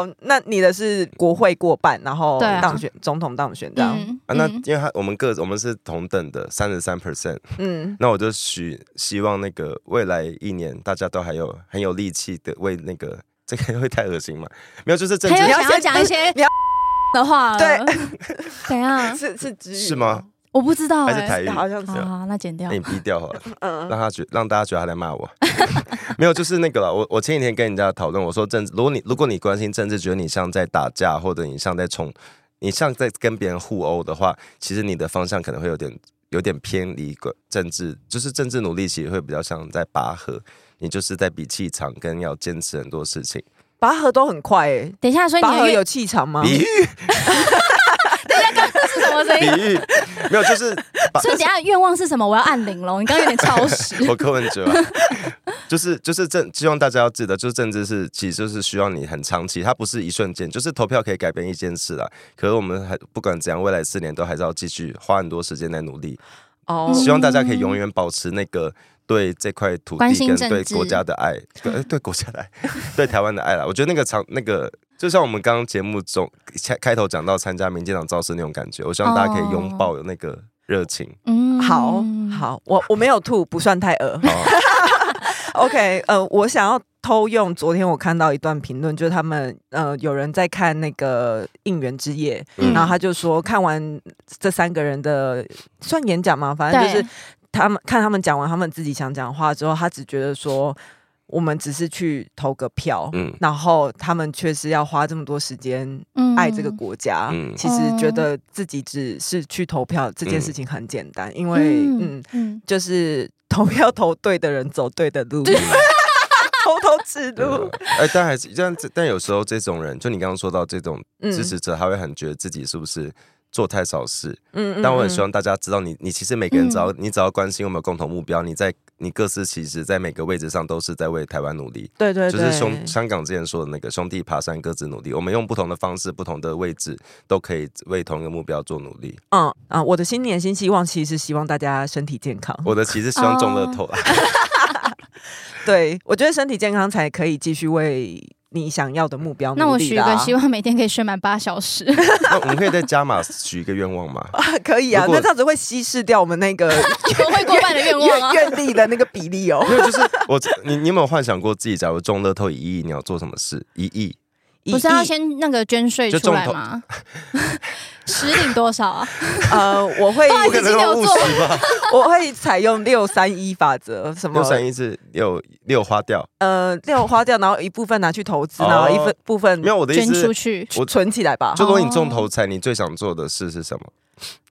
S1: 好，那你的是国会过半，然后
S3: 对啊
S1: 当选、总统当选这样。
S3: 嗯
S2: 啊，那
S3: 嗯
S2: 因为他我们各我们是同等的三十三 percent，
S1: 嗯，
S2: 那我就许希望那个未来一年大家都还有很有力气的为那个这个会太恶心嘛？没有，就是政
S3: 还
S2: 治
S3: 有
S1: 你要
S3: 想要
S1: 先
S3: 讲一些
S1: 你要
S3: 的话了，
S1: 对，
S3: 怎样？
S1: 是是之
S2: 是吗？
S3: 我不知道
S2: 还是
S3: 哎，
S2: 台语？啊
S1: 好像是
S3: 好好，那剪掉
S2: 那。你逼掉好了，
S1: 嗯，
S2: 让他觉让大家觉得他在骂我。 没有，就是那个了。我我前几天跟人家讨论，我说政治，如果你如果你关心政治，觉得你像在打架，或者你像在冲，你像在跟别人互殴的话，其实你的方向可能会有点有点偏离个政治，就是政治努力其实会比较像在拔河，你就是在比气场跟要坚持很多事情。
S1: 拔河都很快诶、
S3: 等一下，所以你
S1: 拔
S3: 的
S1: 河
S3: 愿
S1: 有气场吗？
S2: 比喻
S3: 是什么声
S2: 比
S3: 音？
S2: 喻，没有，就是拔
S3: 所以等一下愿望是什么？我要按铃了。你刚刚有点 超时
S2: 。我柯文哲啊、就是就是政，希望大家要记得，就是政治是其实就是需要你很长期，它不是一瞬间，就是投票可以改变一件事啦。可是我们还不管怎样，未来四年都还是要继续花很多时间来努力。
S1: 哦，
S2: 希望大家可以永远保持那个对这块土
S3: 关
S2: 地
S3: 心
S2: 跟
S3: 政
S2: 对
S3: 治
S2: 国家的爱，对对国家的爱，对台湾的爱啦。我觉得那个长那个，就像我们刚刚节目中开开头讲到参加民进党造势那种感觉，我希望大家可以拥抱有那个热情。
S3: 嗯哦
S1: 好好，我我没有吐，不算太饿。
S2: 好，
S1: OK，呃，我想要偷用昨天我看到一段评论，就是他们呃有人在看那个应援之夜，
S2: 嗯
S1: 然后他就说看完这三个人的算演讲嘛，反正就是
S3: 对
S1: 他们看他们讲完他们自己想讲的话之后，他只觉得说我们只是去投个票，
S2: 嗯
S1: 然后他们确实要花这么多时间
S3: 嗯
S1: 爱这个国家，
S2: 嗯
S1: 其实
S3: 哦
S1: 觉得自己只是去投票这件事情很简单，因为嗯
S3: 嗯嗯，
S1: 就是 投票投对的人，走对的路，偷偷指
S2: 对
S1: 路，
S2: 哎、但还是这样子，但有时候这种人，就你刚刚说到这种
S1: 嗯
S2: 支持者，他会很觉得自己是不是做太少事。
S1: 嗯嗯
S2: 但我很希
S1: 望，
S2: 望大家知道你，你其实每个人
S3: 嗯
S2: 只要、你只要关心我们有共同目标，你在你各司其职，在每个位置上都是在为台湾努力。
S1: 对对
S2: 就
S1: 对，
S2: 是兄香港之前说的那个兄弟爬山各自努力，我们用不同的方式、不同的位置，都可以为同一个目标做努力。
S1: 嗯啊，我的新年新希望其实是希望大家身体健康，
S2: 我的其实希望中乐
S1: 哦
S2: 透啊，
S1: 对我觉得身体健康才可以继续为你想要的目标
S3: 那
S1: 努
S3: 我
S1: 力
S3: 许
S1: 啦
S3: 个希望，每天可以睡满八小时。
S2: 那我们可以再加码许一个愿望嘛？
S1: 可以啊，
S2: 如果
S1: 那这样子会稀释掉我们那个
S3: 我会过半的 愿望啊
S1: 愿愿力的那个比例哦，
S2: 没有，就是我你你有没有幻想过自己假如中乐透一亿，你要做什么事？一亿
S3: 不是
S1: 一
S3: 要
S1: 亿
S3: 先那个捐税
S2: 就
S3: 出来
S2: 中头
S3: 吗？实领多少啊？
S1: 呃，我会
S3: 不好意
S2: 不
S3: 思
S2: 可能
S3: 金牛
S2: 够
S3: 座
S2: 务实吧？
S1: 我会采用六三一法则，什么
S2: 六三一是六六花掉，
S1: 呃六花掉，然后一部分拿去投资，
S2: 哦
S1: 然后一分部分
S2: 没有我的意
S3: 捐
S2: 思
S3: 出
S2: 是，
S3: 去？
S2: 我
S1: 存起来吧。
S2: 就如果你中头彩，你最想做的事是什么？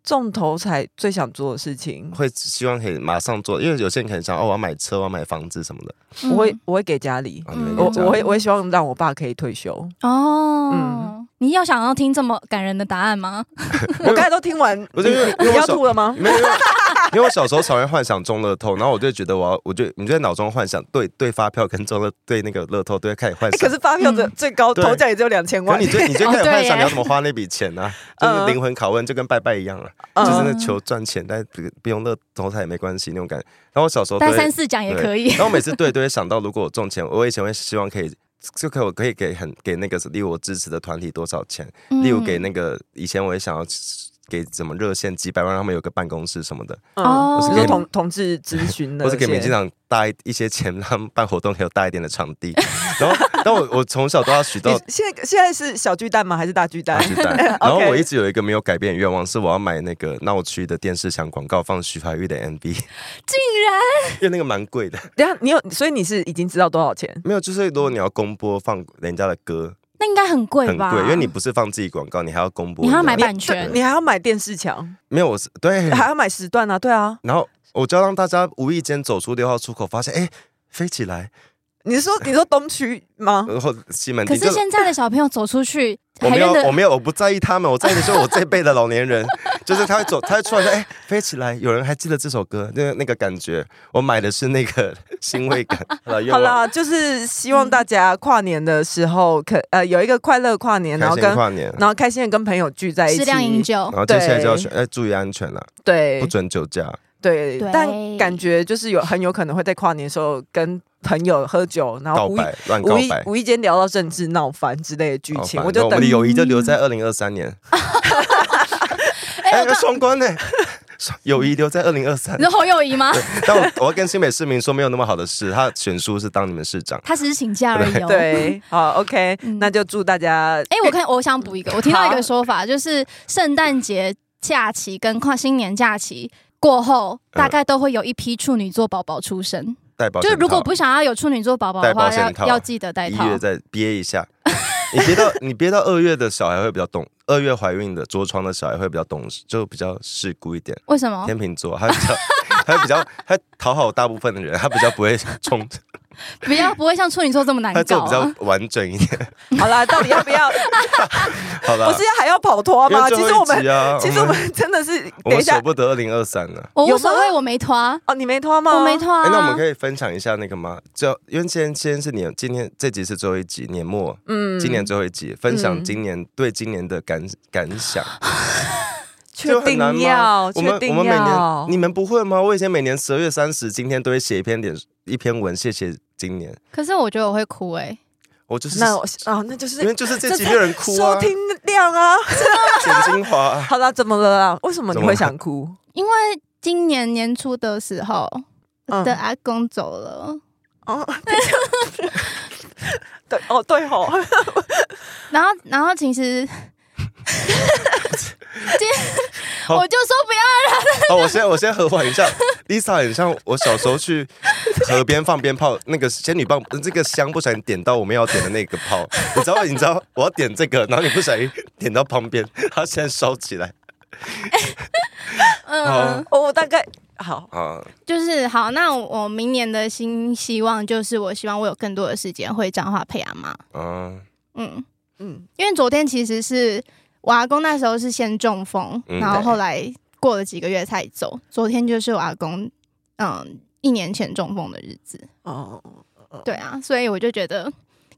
S1: 中头彩最想做的事情，
S2: 会希望可以马上做，因为有些人可能想哦，我要买车，我要买房子什么的。
S3: 嗯
S1: 我会我会给家里，
S2: 啊你们
S3: 嗯
S2: 可以
S1: 我
S2: 这样
S1: 我会我会希望让我爸可以退休。
S3: 哦
S1: 嗯，
S3: 你要想要听这么感人的答案吗？
S1: 我刚才都听完，
S2: 不是因为
S1: 你
S2: 因为
S1: 你
S2: 我
S1: 要
S2: 手
S1: 吐了吗？
S2: 没有，因为因为我小时候常会幻想中乐透，然后我就觉得我要，我就你就在脑中幻想对对发票跟中乐对那个乐透都会开始幻
S1: 哎可
S2: 想。
S1: 是发票的
S3: 嗯
S1: 最高
S2: 对
S1: 头奖也只有两千
S2: 可
S1: 万，
S2: 你最你最
S3: 哦
S2: 开始
S3: 对
S2: 幻
S3: 耶
S2: 想你要怎么花那笔钱呢、啊？就是灵魂拷问，就跟拜拜一样啊，
S1: 嗯
S2: 就是那求赚钱，但不不用乐透彩也没关系那种感觉。然后我小时候都
S3: 但
S2: 会
S3: 三四讲也
S2: 对
S3: 可以。
S2: 然后每次对都会想到，如果我中钱，我以前会希望可以。就可以我可以给很给那个，例如我支持的团体多少钱，
S3: 嗯
S2: 例如给那个以前我也想要给什么热线几百万，让他们有个办公室什么 的，
S3: 哦
S1: 嗯，
S2: 我是
S1: 你
S2: 给
S1: 说
S2: 你
S1: 同同志咨询的
S2: 或
S1: 那
S2: 者
S1: 些，
S2: 给民进党大一一些钱，让他们办活动可以有大一点的场 地。然后，但我我从小都要许到
S1: 你现在现在是小巨蛋吗？还是大巨蛋
S2: 大？巨蛋，然后
S1: OK
S2: 我一直有一个没有改变的愿望，是我要买那个闹区的电视墙广告放徐怀钰的 MV，因
S3: 竟然
S2: 为那个蛮贵的。
S1: 等一下你有，所以你是已经知道多少钱？
S2: 没有，就是如果你要公播放人家的歌，
S3: 那应该很贵
S2: 很
S3: 吧？
S2: 贵，因为你不是放自己广告，你还要公播
S3: 你
S2: 人
S3: 还
S2: 家
S3: 要
S2: 的歌。
S3: 买版权
S1: 对你还要买电视墙，
S2: 没有，我是 对，
S1: 还要买时段啊？对啊，
S2: 然后我就要让大家无意间走出六号出口，发现哎。飞起来，
S1: 你是 说你说东区吗？
S2: 然后西门
S3: 可
S2: 町。
S3: 是
S2: 就
S3: 现在的小朋友走出去
S2: 我
S3: 还
S2: 没有
S3: 认，
S2: 我
S3: 得，
S2: 没有，我不在意他们，我在意的是我这辈的老年人， 就是他会走，他会出来说，哎、飞起来，有人还记得这首歌，那个那个感觉，我买的是那个欣 慰感。好了，愿
S1: 好
S2: 望，
S1: 啦，就是希望大家跨年的时候可呃有一个快乐跨年，然
S2: 开
S1: 后
S2: 心
S1: 跟
S2: 跨年，
S1: 然后开心的跟朋友聚在一起，
S3: 适量饮酒
S2: 然。后接下来就要
S1: 对
S2: 选，哎、注意安全了，
S1: 对
S2: 不准酒驾。
S1: 对
S3: 对
S1: 但感觉就是有很有可能会在跨年的时候跟朋友喝酒，然后
S2: 告
S1: 无意
S2: 白，乱告
S1: 无意
S2: 白。啊
S1: 无意间聊到政治闹翻之类的剧
S2: 好
S1: 情，
S2: 烦
S1: 我
S2: 那
S1: 就
S2: 我们的
S1: 等嗯
S2: 友谊就留在二零二三年。哎，要双 关呢，双友谊留在二零二三
S3: 你。是侯友谊吗？
S2: 但我我要跟新北市民说，没有那么好的事，他选书是当你们市长。
S3: 他只是请假而已哦。
S1: 对，好 OK，
S3: 嗯
S1: 那就祝大家
S3: 哎、我看我想补一个，我听到
S1: 好
S3: 一个说法，就是圣诞节假期跟跨新年假期过
S2: 呃
S3: 后，大概都会有一批处女座宝宝出生。
S2: 带保
S3: 就
S2: 险
S3: 是
S2: 套
S3: 如果不想要有处女座宝宝的
S2: 戴
S3: 话，
S2: 保
S3: 要
S2: 险套
S3: 要记得戴
S2: 一
S3: 套。
S2: 月再憋一下， 你憋到你憋到二月的小孩会比较懂，二月怀孕的着床的小孩会比较懂事，就比较世故一点。
S3: 为什
S1: 哦
S3: 么？
S2: 天秤座，他比较 他比较他讨好大部分的人，他比较不会冲，
S3: 不要不会像处女座这么 难
S2: 他
S3: 搞、
S2: 做比较
S3: 啊。
S2: 完整一点。
S1: 好啦，到底要不 要？
S2: 好了，
S1: 不是还要跑脱吗？其
S2: 因为
S1: 实
S2: 最后
S1: 我
S2: 一集
S1: 们，
S2: 啊
S1: 其实我们真的是，
S2: 我
S1: 等一
S2: 们
S1: 下
S2: 舍不得二零二三呢。
S3: 我无
S1: 有
S3: 所谓，我没 拖啊，
S1: 哦，你没脱吗？
S3: 我没拖、啊
S2: 哎，那我们可以分享一下那个吗？就因为今天今天是年，今天这集是最后一集，年末，
S1: 嗯
S2: 今年最后一集，分享
S1: 嗯
S2: 今年对今年的感感想。
S1: 确定要，
S2: 我们
S1: 确定
S2: 我们每
S1: 要
S2: 年，你们不会吗？我以前每年十二月三十，今天都会写一篇点一篇文，谢谢今年。
S3: 可是我觉得我会哭哎、
S2: 我就是
S1: 那我啊，那就
S2: 因为
S1: 是
S2: 就是这
S1: 这
S2: 几
S1: 才
S2: 个人哭
S1: 收，
S2: 啊
S1: 听量啊。
S2: 剪精华啊。
S1: 好啦，怎么了啦？为什么你
S2: 怎么
S1: 会
S2: 了
S1: 想 哭？
S3: 因为今年年初的时候，我
S1: 嗯
S3: 的阿公走了。
S1: 哦， 对，哦，对吼，
S3: 然后，然后其实。 今天
S2: 好
S3: 我就说不 要
S2: 哦，我先我先和缓一下，Lisa 很像我小时候去河边放鞭炮，那个仙女棒，这个香不小心点到我们要点的那个炮，你知道你知道我要点这个，然后你不小心点到旁边，它现在烧起来
S3: 嗯，
S1: 哦我大概好，
S2: 啊，
S3: 就是好。那我我明年的新希望就是，我希望我有更多的时间会彰化陪阿妈。
S2: 嗯
S3: 嗯，
S1: 嗯，
S3: 因为昨天其实是我阿公那时候是先中风，
S2: 嗯
S3: 然后后来过了几个月才走。昨天就是我阿公，嗯，一年前中风的日子。
S1: 哦，
S3: 对啊，所以我就觉得，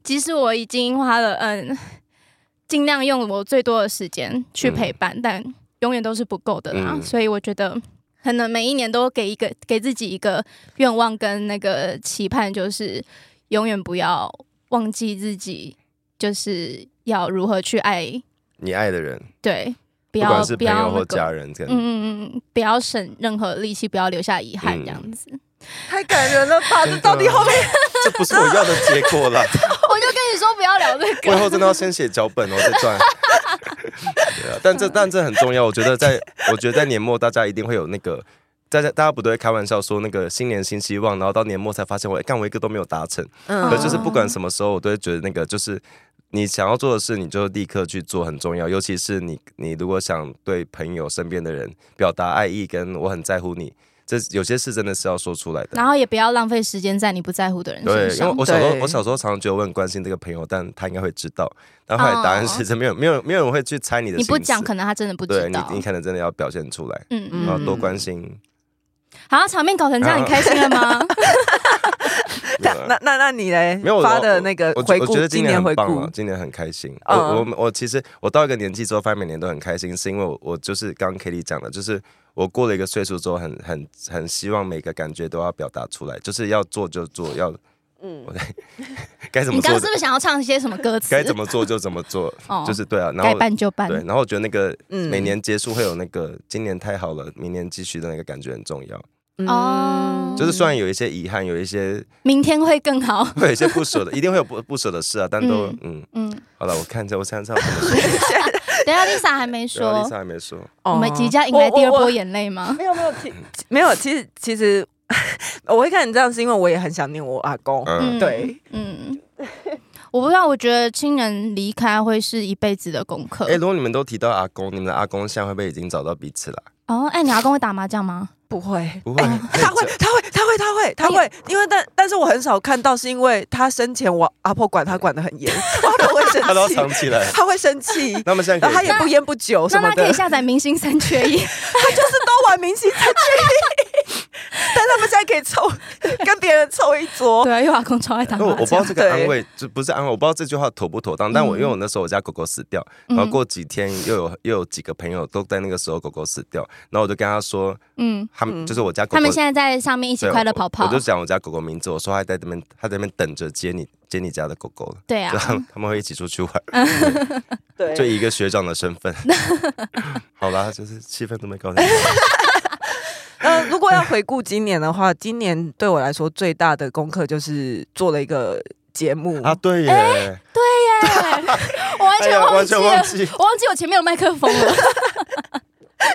S3: 即使我已经花了嗯，尽量用我最多的时间去陪伴，但永远都是不够的啦。
S2: 嗯
S3: 所以我觉得，可能每一年都给一个给自己一个愿望跟那个期盼，就是永远不要忘记自己，就是要如何去爱，
S2: 你爱的人，
S3: 对，
S2: 不
S3: 不要
S2: 管是
S3: 不
S2: 朋友
S3: 要那
S2: 或
S3: 个。
S2: 家人，这
S3: 嗯
S2: 样
S3: 嗯嗯嗯，不要省任何力气，不要留下遗憾，
S2: 嗯
S3: 这样子。
S1: 太感人了吧？这
S2: 真的啊
S1: 到底后面
S2: 这不是我要的结果啦，
S3: 我就跟你说，不要聊这
S2: 我以后
S3: 个。
S2: 真的要先写脚本哦，再赚。 对啊，但这但这很重要，我觉得在我觉得在年末大家一定会有那个。大家大家不都会开玩笑说那个新年新希望，然后到年末才发现我哎干我一个都没有达成。
S1: 嗯
S2: 可
S3: 对
S2: 就是不管什么时候，我都会觉得那个就是你想要做的事，你就立刻去做，很重要。尤其是你，你如果想对朋友身边的人表达爱意，跟我很在乎你，这有些事真的是要说出来的
S3: 然。后也不要浪费时间在你不在乎的人
S2: 对，
S3: 身
S2: 因为
S3: 上。
S2: 我小时候，
S1: 对
S2: 我小时候常常觉得我很关心这个朋友，但他应该会知道。但后来答案是，这没有，没有，没有人会去猜你的
S3: 哦你
S2: 心思。
S3: 不讲，可能他真的不
S2: 对
S3: 知
S2: 你
S3: 道，。
S2: 你可哦能真的要表现出来，
S3: 嗯
S2: 然后
S3: 嗯，
S2: 多关 心。
S3: 好，场面搞成这
S2: 啊
S3: 样，你开心了吗？
S1: 这样那那那你嘞？
S2: 没有我
S1: 发的那个
S2: 我觉
S1: 回
S2: 我
S1: 顾
S2: 觉得，今
S1: 年
S2: 很
S1: 回
S2: 棒啊
S1: 顾，，
S2: 今年很开心。
S1: 嗯
S2: 我我我其实我到一个年纪之后，发现每年都很开心，是因为我我就是刚刚 Kitty 讲的，就是我过了一个岁数之后很，很很希望每个感觉都要表达出来，就是要做就做，要
S1: 嗯，
S2: 该 怎
S3: 你
S2: 么
S3: 刚
S2: 做
S3: 刚是不是想要唱一些什么歌词？
S2: 该怎么做就怎么做，
S3: 哦
S2: 就是对啊。然
S3: 该
S2: 后
S3: 办就办
S2: 对，。然后我觉得那个
S1: 嗯
S2: 每年结束会有那个今年太好了，明年继续的那个感觉很重要。
S3: 哦
S2: 就是虽然有一些遗憾，有一些
S3: 明天会更好。
S2: 会有一些不舍的，一定会有不不舍的事啊，但都
S3: 嗯
S2: 嗯，
S3: 嗯，
S2: 好了，我看一下，我想想怎么说。
S3: 等一下 Lisa 还没
S2: 对啊
S3: 说，
S2: ，Lisa 还没说。
S1: 哦
S3: 我们即将迎来第二波眼泪吗？
S1: 没有没有，其没有，其实其实 我会看你这样，是因为我也很想念我阿公。
S2: 嗯，
S3: 嗯
S1: 对，
S3: 嗯，我不知道，我觉得亲人离开会是一辈子的功课
S2: 哎、。如果你们都提到阿公，你们的阿公现在会不会已经找到彼此了？
S3: 哦，哎，你阿公会打麻将吗？
S1: 不会。
S2: 不会，
S1: 他会，他会，他会，他会，他会，因为但但是我很少看到，是因为他生前我阿婆管他管得很严，我阿婆会
S2: 他都
S1: 生
S2: 要
S1: 气，
S2: 藏 起来。
S1: 他会生气，
S2: 那么现在
S1: 然后他
S2: 可以
S1: 也不烟不酒什
S3: 那
S1: 么
S3: 他
S1: 的
S3: 可以，下载《明星三缺 一》
S1: 他就是都玩明星才确定， 但他们现在可以凑跟别人凑一桌，
S3: 对啊，因为我阿公超爱打
S2: 因为我
S3: 麻
S2: 我不知道
S3: 将。
S2: 这个安慰，就不是安慰，我不知道这句话妥不妥当。但我
S3: 嗯
S2: 因为我那时候我家狗狗死掉，然后过几天又有又有几个朋友都在那个时候狗狗死掉，然后我就跟他说，
S3: 嗯，
S2: 他们
S1: 嗯
S2: 就是我家狗狗，
S3: 他们现在在上面一起
S2: 对
S3: 快乐跑跑。
S2: 我我就讲我家狗狗名字，我说它在那边，它在那边等着接你接你家的狗狗了。
S3: 对 啊
S2: 就，他们他们会一起出 去玩，
S1: 对
S2: 就以一个学长的身份。好啦，就是气氛都没搞定。
S1: 呃，如果要回顾今年的话，今年对我来说最大的功课就是做了一个节目
S2: 啊，对耶，
S3: 我完
S2: 哎
S3: 全
S2: 呀
S3: 哎忘
S2: 完
S3: 记
S2: 全
S3: 了，
S2: 忘记
S3: 我忘记我前面有麦克风 了。嗯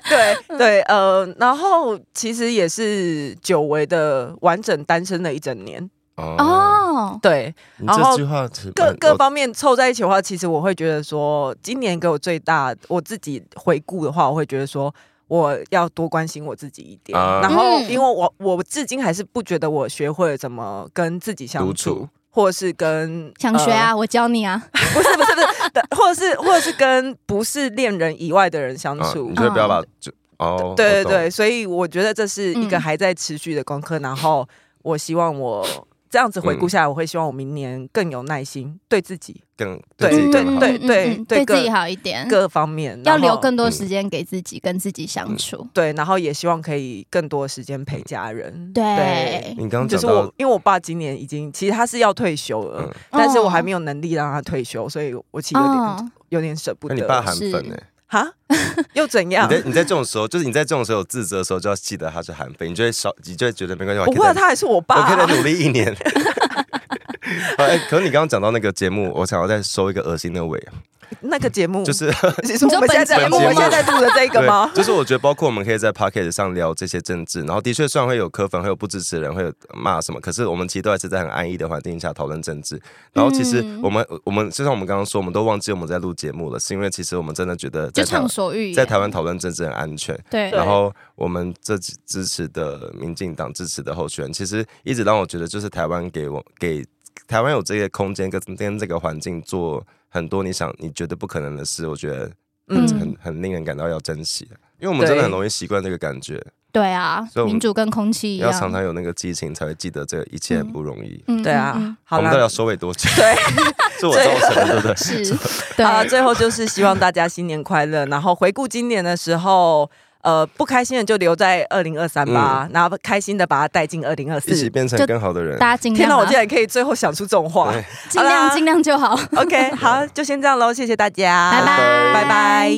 S1: 对对，呃，然后其实也是久违的完整单身了一整年，
S2: 哦，
S3: 哦，
S1: 对，
S2: 你
S1: 然后
S2: 这句话是
S1: 各
S2: 蛮
S1: 各
S2: 嗯我
S1: 方面凑在一起的话，其实我会觉得说，今年给我最大，我自己回顾的话，我会觉得说。我要多关心我自己一点，
S2: 啊
S1: 然后
S3: 嗯
S1: 因为我我至今还是不觉得我学会了怎么跟自己相
S2: 独
S1: 处
S2: 处，
S1: 或者是跟呃
S3: 想
S2: 嗯
S3: 学啊，我教你啊。
S1: 不是不是不是， 的或者是或者是跟不是恋人以外的人相
S2: 啊
S1: 处
S2: 你。就不要把就哦，
S1: 对对
S2: 我懂
S1: 对，所以我觉得这是一个
S3: 嗯
S1: 还在持续的功课。然后我希望我这样子回顾下来，我会希望我明年更有耐心，对自己
S2: 更
S1: 对
S2: 自己
S1: 对
S2: 更好
S1: 对
S3: 嗯嗯
S1: 对对
S3: 嗯对
S1: 各
S3: 自己好一点，
S1: 各方面
S3: 要
S1: 然后
S3: 留更
S2: 嗯
S3: 多时间给自己，跟自己相处。
S1: 对，然后也希望可以更多时间陪家人。
S3: 对，
S2: 你刚刚
S1: 就
S2: 嗯讲
S1: 是
S2: 到
S1: 我，因为我爸今年已经，其实他是要退休了，
S2: 嗯
S1: 但是我
S3: 哦
S1: 还没有能力让他退休，所以我其实有点、
S3: 哦，
S1: 有点舍不
S2: 那
S1: 得。
S2: 你爸韩
S3: 是
S2: 粉呢？
S1: 哈，又怎样
S2: 你？在你在这种时候，就是你在这种时候有自责的时候，就要记得他是韩粉，你就会少，你就会觉得没关系，我
S1: 不
S2: 可以
S1: 会啊，
S2: 再
S1: 他还是我爸、
S2: 我可以
S1: 啊。
S2: 再努力一年。 哎，可是你刚刚讲到那个节目，我想要再收一个恶心的尾，
S3: 嗯
S1: 那个节目
S2: 就是
S1: 你说我们
S3: 本
S1: 现在在
S2: 节目
S1: 我们现在在录的这个
S2: 对，
S1: 吗？
S2: 就是我觉得，包括我们可以在 p o c k e t 上聊这些政治，然后的确虽然会有磕粉，会有不支持的人，会有骂什么，可是我们其实都还是在很安逸的环境下讨论政治。然后其实
S3: 嗯
S2: 我们、我们就像我们刚刚说，我们都忘记我们在录节目了，是因为其实我们真的觉得
S3: 就
S2: 在台
S3: 畅
S2: 湾
S3: 所欲言，
S2: 在台湾讨论政治很安全。
S3: 对
S1: 对
S2: 然后我们这支支持的民进党支持的候选人，其实一直让我觉得，就是台湾给我给台湾有这个空间跟跟这个环境做很多你想你觉得不可能的事，我觉得
S1: 嗯
S2: 嗯
S3: 嗯
S2: 很很令人感到要珍惜的，因为我们真的很容易习惯这个感觉，
S3: 对啊
S2: 所以，我们
S3: 民主跟空气一
S2: 要
S3: 样，
S2: 常常有那个激情才会记得这一切很不容易。
S3: 嗯
S1: 对
S3: 嗯嗯
S1: 啊，好
S2: 我们到底
S1: 啦
S2: 要，收尾多久？
S1: 对，
S2: 是我造成的，对不对？
S3: 是，对，
S1: 啊，最后就是希望大家新年快乐。然后回顾今年的时候，呃，不开心的就留在二零二三
S2: 嗯
S1: 吧，然后开心的把它带进二零二
S2: 一起
S1: 四。
S2: 变成
S3: 就
S2: 更好的人。
S3: 大家尽
S1: 天
S3: 量
S1: 哪，
S3: 啊，
S1: 我竟然可以最后想出这种话。
S2: 对
S3: 尽
S1: 好
S3: 量
S1: 啦
S3: 尽量就好，
S1: OK，好，就先这样喽，谢谢大家，
S3: 拜拜
S1: 拜拜。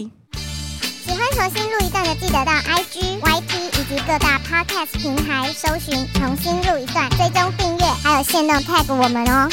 S4: 喜欢重新录一段的，记得到 IG、YT 以及各大 Podcast 平台搜寻“重新录一段”，追踪订阅，还有限定 tag 我们哦。